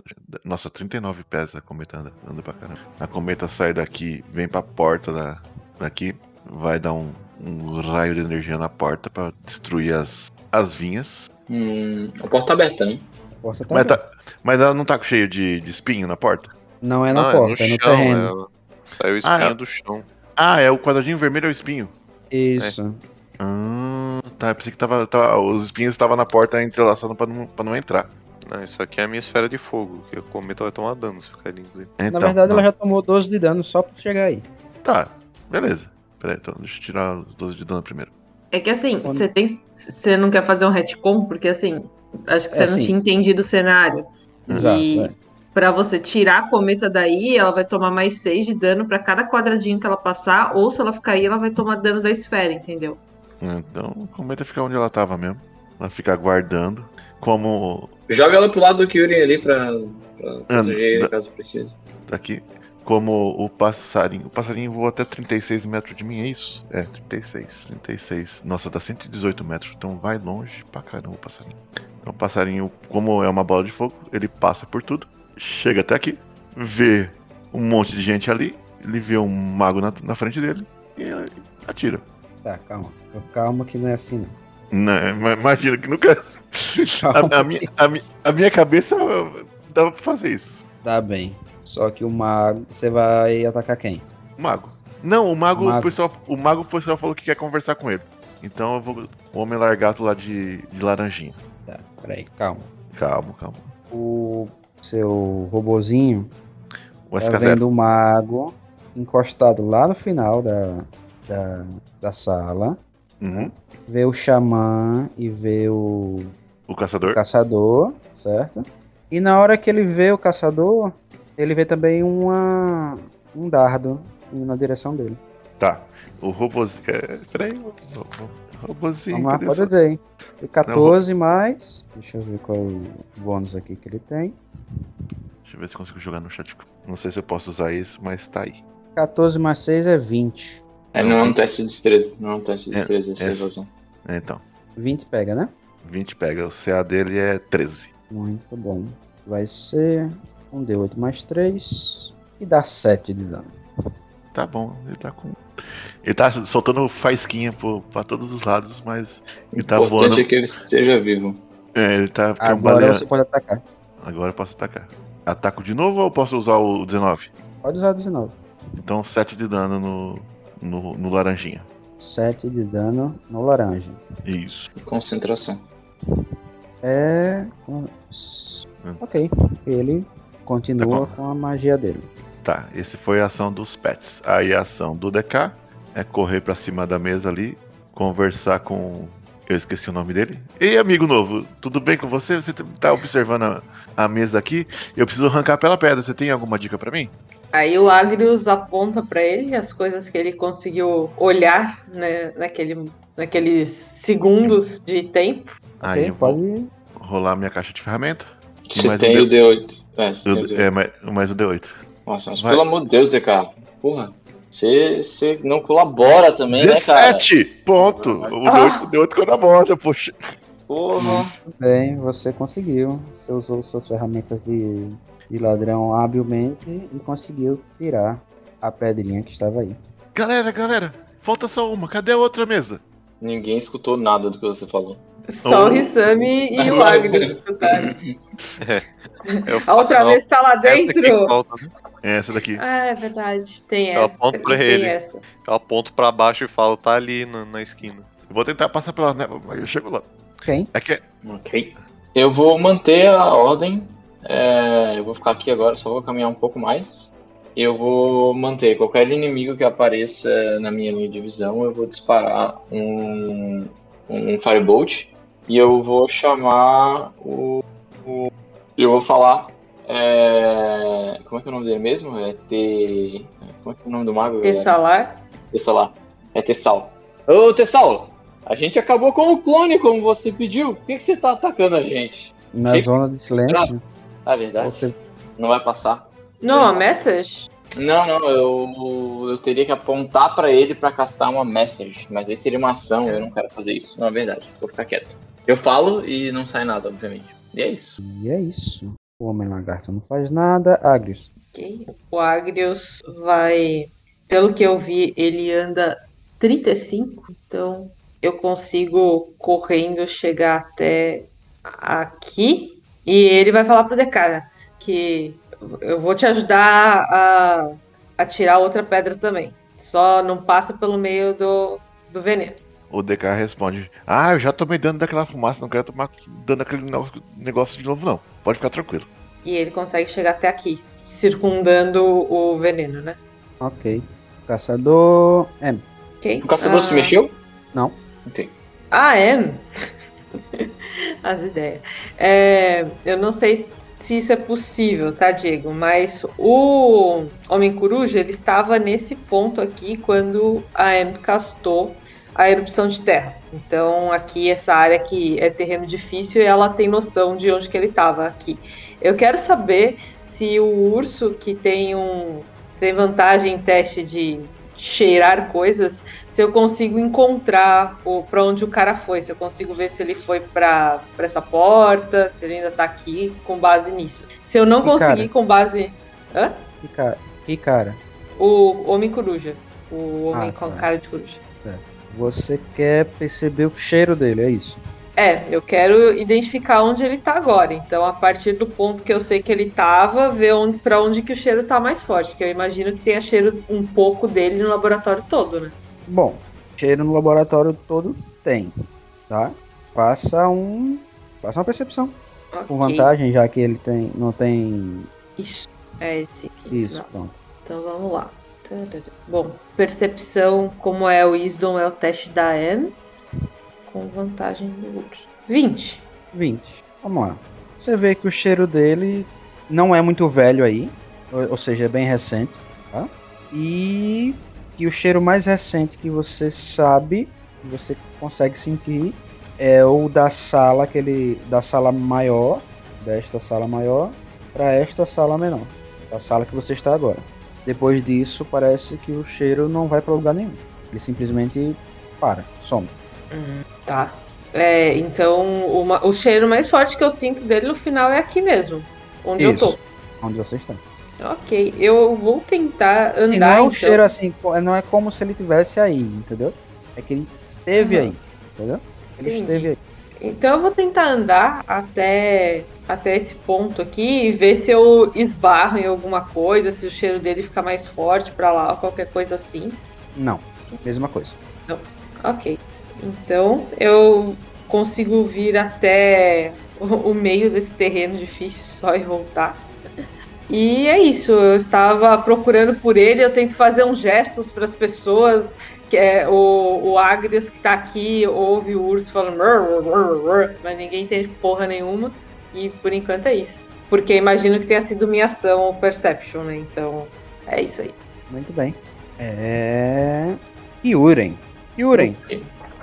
Nossa, 39 pés a cometa anda, anda pra caramba. A cometa sai daqui, vem pra porta da, daqui, vai dar um, um raio de energia na porta pra destruir as, as vinhas. Hum, a porta tá aberta, né? A porta tá Mas, aberta. tá, mas ela não tá cheio de, de espinho na porta? Não é na Não, porta, é, é no no terreno. chão. é- Saiu espinha Ah, é. do chão. Ah, é o quadradinho vermelho é o espinho. Isso. Ah, tá. Eu pensei que tava, tava- os espinhos estavam na porta entrelaçando pra não, pra não entrar. Não, isso aqui é a minha esfera de fogo, que a cometa vai tomar dano se ficar ali, inclusive. Então, na verdade, não. ela já tomou 12 de dano só por chegar aí. Tá, beleza. Peraí, então deixa eu tirar os 12 de dano primeiro. É que assim, Quando- você tem. Você não quer fazer um retcon, porque assim, acho que É, você não sim. tinha entendido o cenário. Exato. E é. pra você tirar a cometa daí, ela vai tomar mais 6 de dano pra cada quadradinho que ela passar, ou se ela ficar aí, ela vai tomar dano da esfera, entendeu? Então, comenta ficar onde ela tava mesmo. Ela fica aguardando. Como Joga ela pro lado do Kyurem ali pra, pra Ah, proteger da- ele caso precise. aqui, como o passarinho. O passarinho voa até 36 metros de mim, é isso? É, 36. 36. Nossa, dá 118 metros, então vai longe pra caramba o passarinho. Então o passarinho, como é uma bola de fogo, ele passa por tudo, chega até aqui, vê um monte de gente ali, ele vê um mago na, na frente dele e ele atira. Tá, calma. Calma que não é assim, não. Não, Né? ima- imagina que nunca. A, a minha, a, mi- a minha cabeça eu- dava pra fazer isso. Tá bem. Só que o mago. Você vai atacar quem? O mago. Não, o mago, Mago. O, pessoal, o mago o pessoal falou que quer conversar com ele. Então eu vou. O homem largato lá de, de laranjinha. Tá, peraí, calma. Calma, calma. O seu robozinho O tá SK0. vendo o mago encostado lá no final da, da, da sala. Uhum. Vê o xamã e vê o O caçador. caçador, certo? E na hora que ele vê o caçador, ele vê também uma, um dardo indo na direção dele. Tá. O robozinho. É, peraí, o- o- o robozinho. Vamos lá, cadê pode essa- dizer, hein? E 14 mais. Deixa eu ver qual é o bônus aqui que ele tem. Deixa eu ver se eu consigo jogar no chat. Não sei se eu posso usar isso, mas tá aí. 14 mais 6 é 20. É, não é um teste de destreza. Não é um teste de É, destreza, essa é- evolução. Então, 20 pega, né? 20 pega. O CA dele é 13. Muito bom. Vai ser 1 D8 mais 3. E dá 7 de dano. Tá bom, ele tá com. Ele tá soltando faisquinha pro, pra todos os lados, mas ele tá O importante voando. é que ele esteja vivo. É, ele tá Agora cambaleando. você pode atacar. Agora eu posso atacar. Ataco de novo ou eu posso usar o 19? Pode usar 19. Então 7 de dano no, no, no laranjinha. 7 de dano no laranja. Isso. Concentração. É. Ok. Ele continua Hum. Tá bom. com a magia dele. Tá, esse foi a ação dos pets. Aí a ação do DK é correr pra cima da mesa ali, conversar com. Eu esqueci o nome dele. Ei, amigo novo, tudo bem com você? Você tá observando a, a mesa aqui? Eu preciso arrancar pela pedra. Você tem alguma dica pra mim? Aí o Agrius aponta pra ele as coisas que ele conseguiu olhar né, naquele, naqueles segundos de tempo. Aí ok, eu vou pode. rolar minha caixa de ferramenta. Você mais um tem D- o D8. É, você tem o Eu- D8. é, mais, mais o D8. Nossa, mas é. Vai. pelo amor de Deus, DK. Porra. Você você não colabora também, né, cara? 17! Ponto! O Ah! D8 o D8 ficou na borda, poxa. Porra. Muito Bem, você conseguiu. Você usou suas ferramentas de, de ladrão habilmente e conseguiu tirar a pedrinha que estava aí. Galera, galera, falta só uma. Cadê a outra mesa? Ninguém escutou nada do que você falou. Só Oh. o Rissami e o Nossa. Agrius escutaram. Eu A outra falo, vez tá lá "Não, essa aqui dentro. falta, né?" É essa daqui. Ah, é verdade. Tem Eu essa. aponto pra tem ele. essa. Eu aponto pra baixo e falo, tá ali na, na esquina. Eu vou tentar passar pela neva, mas eu chego lá. Quem? É que Ok. Eu vou manter a ordem. é, eu vou ficar aqui agora, só vou caminhar um pouco mais. Eu vou manter qualquer inimigo que apareça na minha linha de visão, eu vou disparar um, um Firebolt. E eu vou chamar o. o- eu vou falar. é, como é que é o nome dele mesmo? É T. Como é que é o nome do mago? galera? Tessalar. Tessal. É Tessal. Ô, Tessal! A gente acabou com o clone, como você pediu. Por que, que você tá atacando a gente? Na Sim. zona de silêncio. Na verdade, Você... não vai passar. Não, a É. message? Não, não, eu, eu teria que apontar pra ele pra castar uma message. Mas aí seria uma ação, eu não quero fazer isso. Não é verdade, vou ficar quieto. Eu falo e não sai nada, obviamente. E é isso. E é isso. O Homem Lagarto não faz nada. Agrius. Ok. O Agrius vai. Pelo que eu vi, ele anda 35, então eu consigo correndo chegar até aqui. E ele vai falar pro Decara que eu vou te ajudar a, a tirar outra pedra também. Só não passa pelo meio do, do veneno. O DK responde: Ah, eu já tomei dano daquela fumaça, não quero tomar dano daquele no- negócio de novo, não. Pode ficar tranquilo. E ele consegue chegar até aqui, circundando o veneno, né? Ok. Caçador. É. Ok. O caçador Ah, se mexeu? Não. Ok. Ah, é? As ideias. É, eu não sei se isso é possível, tá, Diego? Mas o Homem-Coruja, ele estava nesse ponto aqui quando a Em castou a erupção de terra. Então, aqui, essa área que é terreno difícil, ela tem noção de onde que ele estava aqui. Eu quero saber se o urso, que tem, um, tem vantagem em teste de cheirar coisas, se eu consigo encontrar o para onde o cara foi, se eu consigo ver se ele foi para essa porta, se ele ainda tá aqui com base nisso. Se eu não E, cara? conseguir com base Hã? Que cara. Que cara. o homem coruja, o homem Ah, com tá. cara de coruja. Você quer perceber o cheiro dele, é isso? É, eu quero identificar onde ele tá agora. Então, a partir do ponto que eu sei que ele tava, ver onde, para onde que o cheiro tá mais forte, que eu imagino que tenha cheiro um pouco dele no laboratório todo, né? Bom, cheiro no laboratório todo tem, tá? Passa um, passa uma percepção com Ok. vantagem, já que ele tem, não tem Isso. É esse aqui. isso, Não. pronto. Então vamos lá. Tarará. Bom, percepção, como é o Isdom, é o teste da Anne. Com vantagem do outro. 20. 20. Vamos lá. Você vê que o cheiro dele não é muito velho aí, ou, ou seja, é bem recente, tá? E que o cheiro mais recente que você sabe, que você consegue sentir, é o da sala, aquele da sala maior, desta sala maior, para esta sala menor, da sala que você está agora. Depois disso, parece que o cheiro não vai para lugar nenhum. Ele simplesmente para, some. Tá. É, então uma- o cheiro mais forte que eu sinto dele no final é aqui mesmo. Onde eu Isso. tô. Onde você está. Ok, eu vou tentar andar. Sim, não é um então. cheiro assim, co- não é como se ele tivesse aí, entendeu? É que ele esteve Aham. aí, entendeu? Ele Uhum. Entendi. esteve aí. Então eu vou tentar andar até, até esse ponto aqui e ver se eu esbarro em alguma coisa, se o cheiro dele fica mais forte pra lá ou qualquer coisa assim. Não, mesma coisa. Ok. Então eu consigo vir até o o meio desse terreno difícil só e voltar. E é isso. Eu estava procurando por ele. Eu tento fazer uns gestos para as pessoas. Que é o, o Agrius que tá aqui ouve o urso falando, "Mur, mur, mur, mur", mas ninguém entende porra nenhuma. E por enquanto é isso. Porque imagino que tenha sido minha ação ou perception, né? Então é isso aí. Muito bem. É. Yuren. Yuren,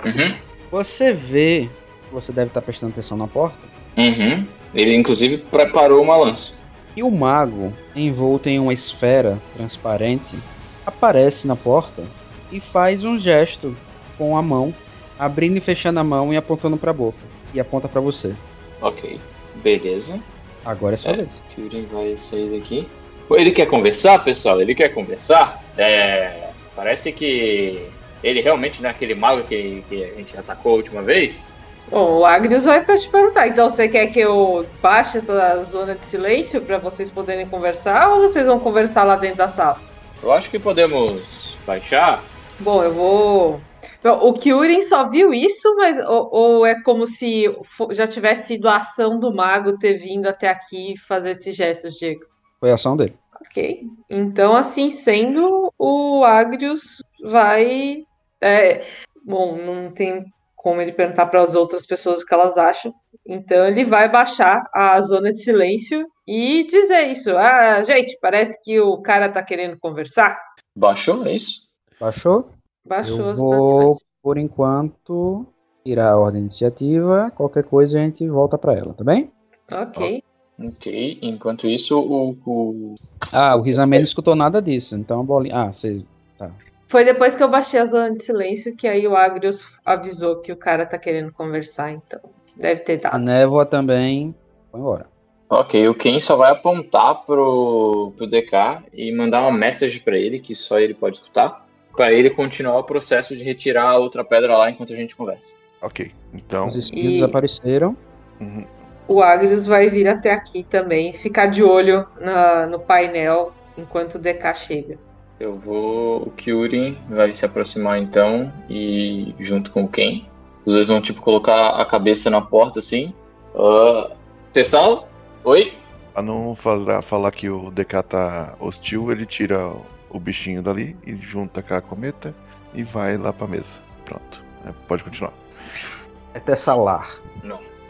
Uhum. você vê. Você deve estar prestando atenção na porta. Uhum. Ele, inclusive, preparou uma lança. E o mago, envolto em uma esfera transparente, aparece na porta e faz um gesto com a mão, abrindo e fechando a mão e apontando para a boca. E aponta para você. Ok. Beleza. Agora é sua É. vez. Kyurem vai sair daqui. Pô, Ele quer conversar, pessoal? Ele quer conversar? É. Parece que. Ele realmente não é aquele mago que, que a gente atacou a última vez? Bom, o Agrius vai pra te perguntar. Então, você quer que eu baixe essa zona de silêncio pra vocês poderem conversar ou vocês vão conversar lá dentro da sala? Eu acho que podemos baixar. Bom, eu vou. Bom, O Kyurem só viu isso, mas ou, ou é como se fo- já tivesse sido a ação do mago ter vindo até aqui e fazer esses gestos, Diego? Foi a ação dele. Ok. Então, assim sendo, o Agrius vai. é, Bom, não tem como ele perguntar para as outras pessoas o que elas acham. Então, ele vai baixar a zona de silêncio e dizer isso. Ah, gente, parece que o cara tá querendo conversar. Baixou, é isso? Baixou? Baixou a Eu zona de vou, silêncio. por enquanto, tirar a ordem de iniciativa. Qualquer coisa a gente volta pra ela, tá bem? Ok. Ok. Enquanto isso, o. o- Ah, o Rizamé não escutou nada disso, então a bolinha. Ah, vocês. Foi depois que eu baixei a zona de silêncio que aí o Agrius avisou que o cara tá querendo conversar. Então, deve ter A dado. névoa também foi embora. Ok, o Ken só vai apontar pro, pro DK e mandar uma message pra ele, que só ele pode escutar, pra ele continuar o processo de retirar a outra pedra lá enquanto a gente conversa. Ok. Então. Os espinhos E- apareceram. uhum, O Agrius vai vir até aqui também, ficar de olho na- no painel enquanto o DK chega. Eu vou. O Kyurin vai se aproximar então e junto com o Ken. Os dois vão tipo colocar a cabeça na porta assim. Ah, Tessal? Oi? Pra não falar, falar que o DK tá hostil, ele tira o- o bichinho dali e junta com a cometa e vai lá pra mesa. Pronto. É, pode continuar. É Tessalar.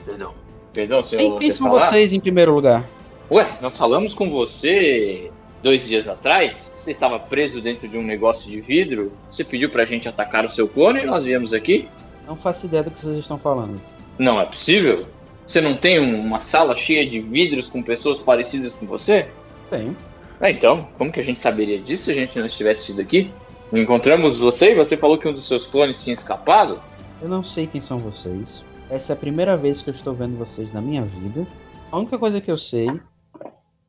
Perdão. Perdão, senhor Quem, quem são Tessalar? vocês em primeiro lugar? Ué, nós falamos com você dois dias atrás. Você estava preso dentro de um negócio de vidro. Você pediu pra gente atacar o seu clone e nós viemos aqui. Não faço ideia do que vocês estão falando. Não é possível. Você não tem um- uma sala cheia de vidros com pessoas parecidas com você? Tenho. Ah, então, como que a gente saberia disso se a gente não estivesse tido aqui? Encontramos você e você falou que um dos seus clones tinha escapado? Eu não sei quem são vocês. Essa é a primeira vez que eu estou vendo vocês na minha vida. A única coisa que eu sei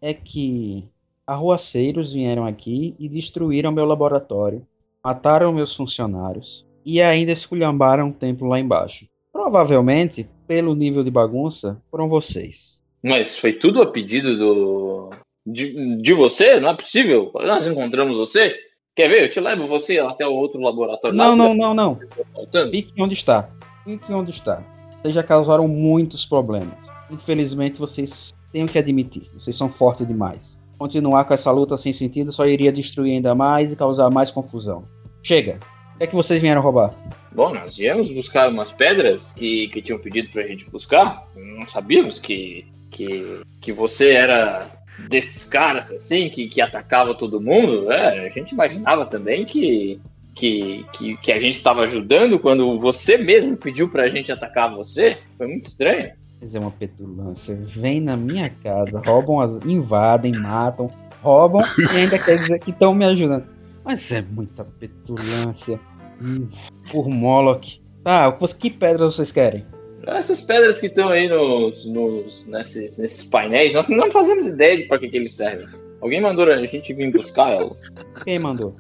é que arruaceiros vieram aqui e destruíram meu laboratório, mataram meus funcionários e ainda esculhambaram um templo lá embaixo. Provavelmente, pelo nível de bagunça, foram vocês. Mas foi tudo a pedido do. De, de você? Não é possível? Nós encontramos você? Quer ver? Eu te levo você até o outro laboratório. lá, Não, não, você não, não. tá faltando. Fique onde está. Fique onde está. Vocês já causaram muitos problemas. Infelizmente, vocês têm que admitir. Vocês são fortes demais. Continuar com essa luta sem sentido só iria destruir ainda mais e causar mais confusão. Chega. O que é que vocês vieram roubar? Bom, nós viemos buscar umas pedras que, que tinham pedido pra gente buscar. Não sabíamos que, que, que você era desses caras assim, que, que atacava todo mundo. É, a gente imaginava também que, que, que, que a gente estava ajudando quando você mesmo pediu pra gente atacar você. Foi muito estranho. Mas é uma petulância. Vem na minha casa, roubam, as... invadem, matam, roubam e ainda quer dizer que estão me ajudando. Mas é muita petulância. Hum, por Moloch. Tá, que pedras vocês querem? Essas pedras que estão aí nos, nos- nesses, nesses painéis, nós não fazemos ideia de pra que, que eles servem. Alguém mandou a gente vir buscar elas. Quem mandou?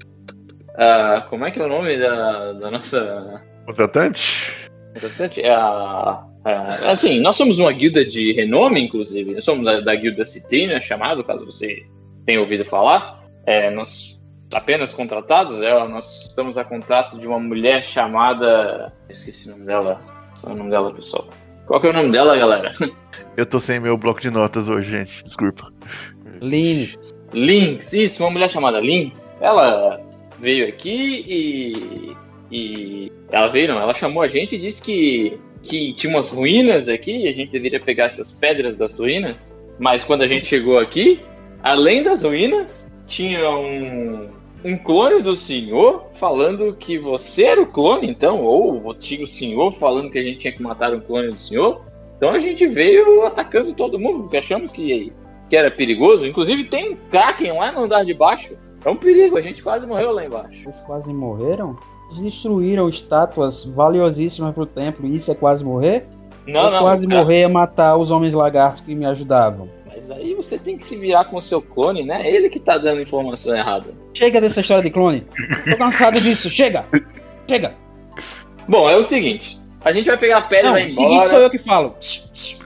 Ah, como é que é o nome da, da nossa Contratante? Importante é a- a- assim, nós somos uma guilda de renome, inclusive. Nós somos da, da guilda Citrina, chamado, caso você tenha ouvido falar. É, nós apenas contratados, é, nós estamos a contrato de uma mulher chamada. Esqueci o nome dela. Qual é o nome dela, pessoal? Qual que é o nome dela, galera? Eu tô sem meu bloco de notas hoje, gente. Desculpa. Linux. Lynx, isso, uma mulher chamada Lynx. Ela veio aqui e. e ela veio, não, ela chamou a gente e disse que, que tinha umas ruínas aqui e a gente deveria pegar essas pedras das ruínas. Mas quando a gente chegou aqui, além das ruínas, tinha um, um clone do senhor falando que você era o clone, então, ou tinha o senhor falando que a gente tinha que matar um clone do senhor. Então a gente veio atacando todo mundo, porque achamos que que era perigoso. Inclusive tem um Kraken lá no andar de baixo. É um perigo, a gente quase morreu lá embaixo. Eles quase morreram? Eles destruíram estátuas valiosíssimas pro templo e isso é quase morrer? Não, Eu não. quase cara, morrer é matar os homens lagartos que me ajudavam. Mas aí você tem que se virar com o seu clone, né? Ele que tá dando informação errada. Chega dessa história de clone. Tô cansado disso. Chega! Chega! Bom, é o seguinte. A gente vai pegar a pedra Não, e vai seguinte embora. sou eu que falo.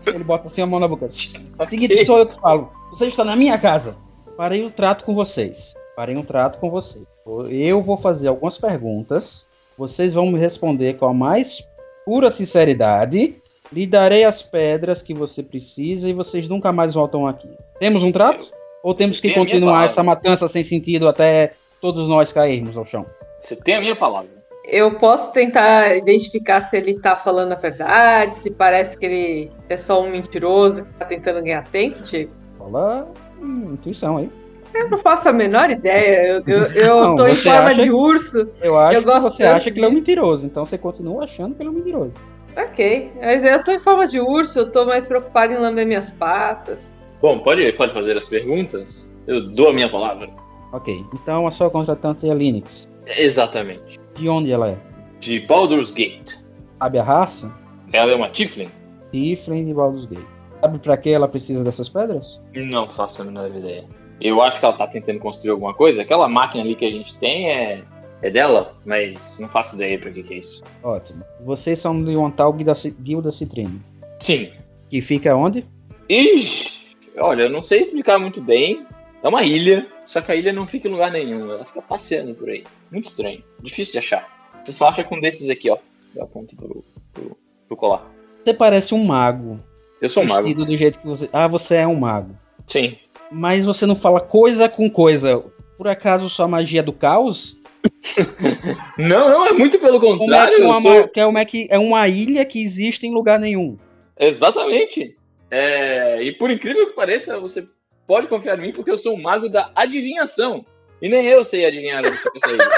Ele bota assim a mão na boca. Seguinte sou eu que falo. Você está na minha casa. Farei um trato com vocês. Farei um trato com vocês. Eu vou fazer algumas perguntas. Vocês vão me responder com a mais pura sinceridade. Lhe darei as pedras que você precisa e vocês nunca mais voltam aqui. Temos um trato? Ou temos que Tem a minha continuar palavra. essa matança sem sentido até todos nós cairmos ao chão? Você tem a minha palavra. Eu posso tentar identificar se ele tá falando a verdade, se parece que ele é só um mentiroso que tá tentando ganhar tempo, Diego. Fala hum, intuição aí. Eu não faço a menor ideia. Eu, eu, eu Não, tô em você forma acha- de urso. Eu acho que gosto você tanto acha que ele é um disso. mentiroso, então você continua achando que ele é um mentiroso. Ok. Mas eu tô em forma de urso, eu tô mais preocupada em lamber minhas patas. Bom, pode, pode fazer as perguntas? Eu dou a minha palavra. Ok, então a sua contratante é a Linux. Exatamente. De onde ela é? De Baldur's Gate. Sabe a raça? Ela é uma Tiflin. Tiflin e Baldur's Gate. Sabe pra que ela precisa dessas pedras? Não faço a menor ideia. Eu acho que ela tá tentando construir alguma coisa. Aquela máquina ali que a gente tem é, é dela, mas não faço ideia pra que, que é isso. Ótimo. Vocês são de uma tal guilda, guilda Citrine, Sim. que fica onde? Ixi, olha, eu não sei explicar muito bem. É uma ilha, só que a ilha não fica em lugar nenhum. Ela fica passeando por aí. Muito estranho. Difícil de achar. Você só acha com um desses aqui, ó. Eu aponto pro, pro, pro colar. Você parece um mago. Eu sou um mago. Vestido do jeito que você. Ah, você é um mago. Sim. Mas você não fala coisa com coisa. Por acaso sua magia é do caos? Não, não, é muito pelo Como é, contrário. que eu uma, sou- ma- que é uma que é uma ilha que existe em lugar nenhum. Exatamente. É, e por incrível que pareça, você pode confiar em mim porque eu sou um mago da adivinhação. E nem eu sei adivinhar onde fica essa ilha.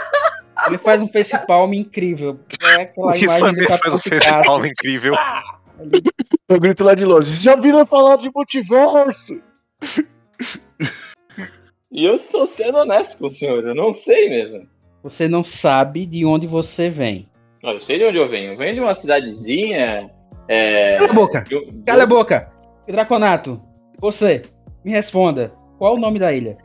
Ele faz um face palm incrível. É aquela O imagem do Rissamir faz Capitão um Picasso. festival incrível. Eu grito lá de longe, já viram falar de multiverso? E eu estou sendo honesto com o senhor, eu não sei mesmo. Você não sabe de onde você vem. Não, eu sei de onde eu venho. Eu venho de uma cidadezinha. É, Cala a boca! de um- Cala a boca! Draconato, você, me responda. Qual o nome da ilha?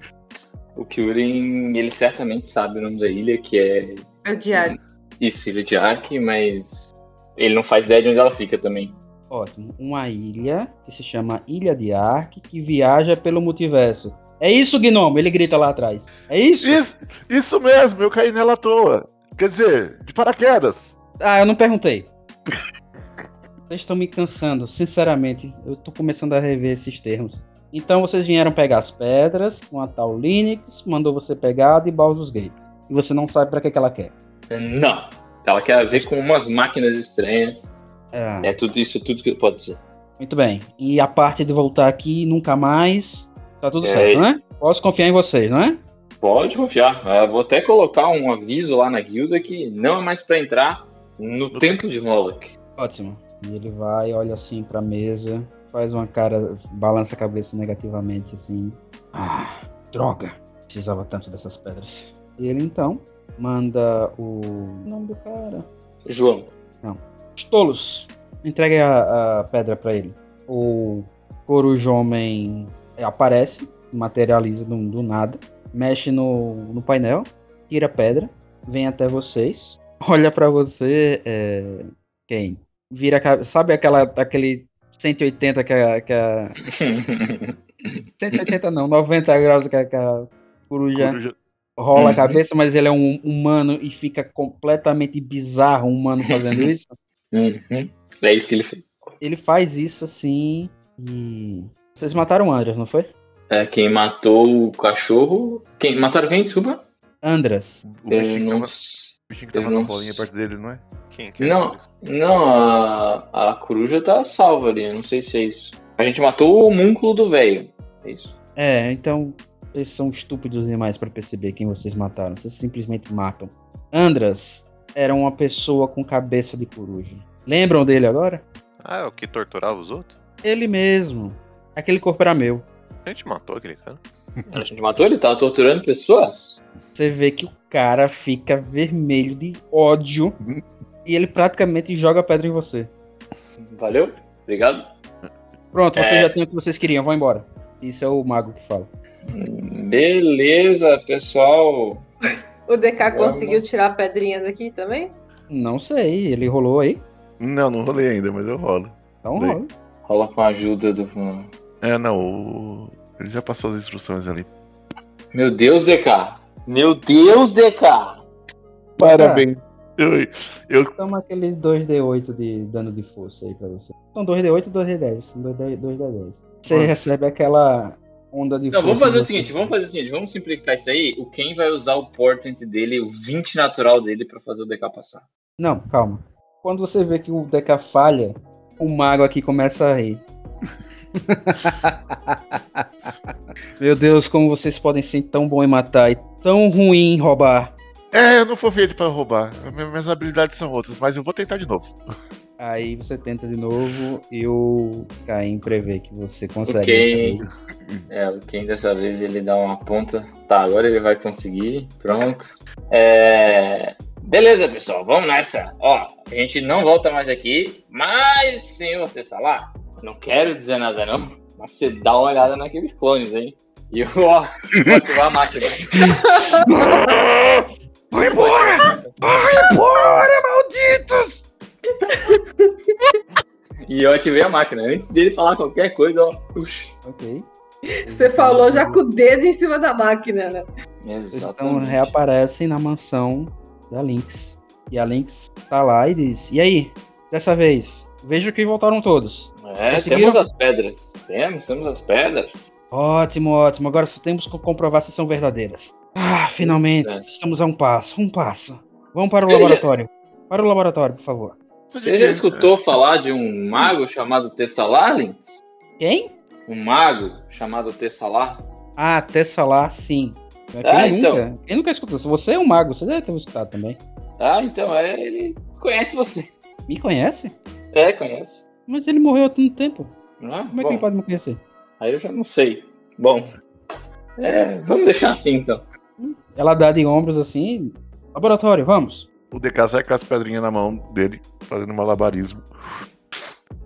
O Kyurin, ele certamente sabe o nome da ilha, que é É o diário. isso, Ilha de Ark, mas ele não faz ideia de onde ela fica também. Ótimo. Uma ilha que se chama Ilha de Ark, que viaja pelo multiverso. É isso, Gnomo? Ele grita lá atrás. É isso? Isso, isso mesmo, eu caí nela à toa. Quer dizer, de paraquedas. Ah, eu não perguntei. Vocês estão me cansando, sinceramente. Eu tô começando a rever esses termos. Então vocês vieram pegar as pedras com a tal Linux, mandou você pegar a de Baldur's Gate. E você não sabe pra que, que ela quer. Não. Ela quer ver com umas máquinas estranhas. Ah, É tudo isso, tudo que pode ser. Muito bem. E a parte de voltar aqui nunca mais. Tá tudo É. certo, né? Posso confiar em vocês, não é? Pode confiar. Eu vou até colocar um aviso lá na guilda que não é mais pra entrar no templo de Moloch. Ótimo. E ele vai, olha assim pra mesa, faz uma cara, balança a cabeça negativamente assim. Ah, droga! Precisava tanto dessas pedras. E ele então manda o. o nome do cara? João, Stolos! Entrega a, a pedra pra ele. O corujo homem aparece, materializa do, do nada, mexe no, no painel, tira a pedra, vem até vocês, olha pra você, é, quem? Vira, a ca- sabe aquela, aquele 180 que a, que a- 180 não, 90 graus que a, que a coruja Coruja- rola a Uhum. cabeça, mas ele é um humano e fica completamente bizarro um humano fazendo isso. Uhum. É isso que ele fez. Ele faz isso assim e. Vocês mataram o Andras, não foi? É, quem matou o cachorro. Quem mataram quem? Desculpa? Andras. O Eu bichinho que não. tava, o bichinho que eu tava com a não- bolinha perto dele, não é? Quem que é? Não, não a, a coruja tá salva ali. eu Não sei se é isso. A gente matou o múnculo do velho. É isso. É, então vocês são estúpidos demais pra perceber quem vocês mataram. Vocês simplesmente matam. Andras era uma pessoa com cabeça de coruja. Lembram dele agora? Ah, é o que torturava os outros? Ele mesmo. Aquele corpo era meu. A gente matou aquele cara. A gente matou ele, tava torturando pessoas. Você vê que o cara fica vermelho de ódio e ele praticamente joga a pedra em você. Valeu? Obrigado. Pronto, vocês É. já tem o que vocês queriam, vão embora. Isso é o mago que fala. Beleza, pessoal. O DK Vamos. conseguiu tirar a pedrinha daqui também? Não sei, ele rolou aí. Não, não rolei ainda, mas eu rolo. Então Bem. rola. Rola com a ajuda do. É, não, o... ele já passou as instruções ali. Meu Deus, DK! Meu Deus, DK! Parabéns. Eu, É, Toma aqueles 2D8 de dano de força aí pra você. São 2D8 e 2D10. São 2D- 2D10. Você Nossa. recebe aquela onda de Não, força. vamos fazer em o você. seguinte, vamos fazer o seguinte, vamos simplificar isso aí. O Ken vai usar o portent dele, o 20 natural dele, pra fazer o DK passar. Não, calma. Quando você vê que o Deca falha, o mago aqui começa a rir. Meu Deus, como vocês podem ser tão bom em matar e tão ruim em roubar. É, eu não fui feito pra roubar. Minha- Minhas habilidades são outras, mas eu vou tentar de novo. Aí você tenta de novo e o Caim prevê que você consegue. Ok. dessa vez. É, o Ken dessa vez ele dá uma ponta. Tá, agora ele vai conseguir. Pronto. É. Beleza, pessoal, vamos nessa. Ó, a gente não volta mais aqui, mas, senhor Tessalá, não quero dizer nada não, mas você dá uma olhada naqueles clones, hein? E eu vou vou ativar a máquina. Vai embora! Vai embora, malditos! E eu ativei a máquina. Antes dele falar qualquer coisa, ó. Puxa. Ok. Você falou já com o dedo em cima da máquina, né? Eles então reaparecem na mansão da Lynx. E a Lynx tá lá e diz: E aí, dessa vez, vejo que voltaram todos. É, temos as pedras. Temos, temos as pedras. Ótimo, ótimo. Agora só temos que comprovar se são verdadeiras. Ah, finalmente, estamos a um passo, um passo. Vamos para o Seja- laboratório. Para o laboratório, por favor. Você já escutou falar de um mago chamado Tessalar, Lynx? Quem? Um mago chamado Tessalar? Ah, Tessalá, sim. Quem, Ah, nunca, então. quem nunca escutou? Se você é um mago, você deve ter escutado também. Ah, então é, ele conhece você. Me conhece? É, conhece. Mas ele morreu há tanto tempo. Ah, Como é que bom, ele pode me conhecer? Aí eu já não sei. Bom, é, vamos deixar assim então. Ela dá de ombros assim. Laboratório, vamos. É, O DK sai com as pedrinhas na mão dele, fazendo malabarismo.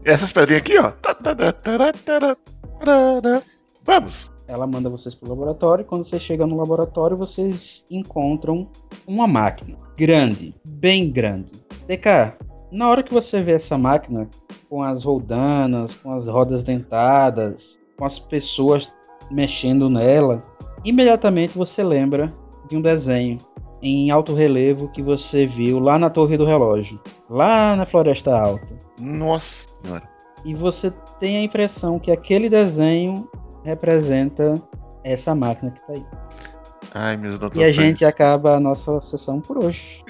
Essas pedrinhas aqui, ó. Tá, tá, tá, tará, tará, tará. Vamos! Ela manda vocês pro laboratório. Quando vocês chegam no laboratório, vocês encontram uma máquina grande, bem grande. DK, na hora que você vê essa máquina com as roldanas, com as rodas dentadas, com as pessoas mexendo nela, imediatamente você lembra de um desenho em alto relevo que você viu lá na Torre do Relógio, lá na Floresta Alta. Nossa senhora. E você tem a impressão que aquele desenho representa essa máquina que tá aí. Ai, minhas E a anotações. gente acaba a nossa sessão por hoje.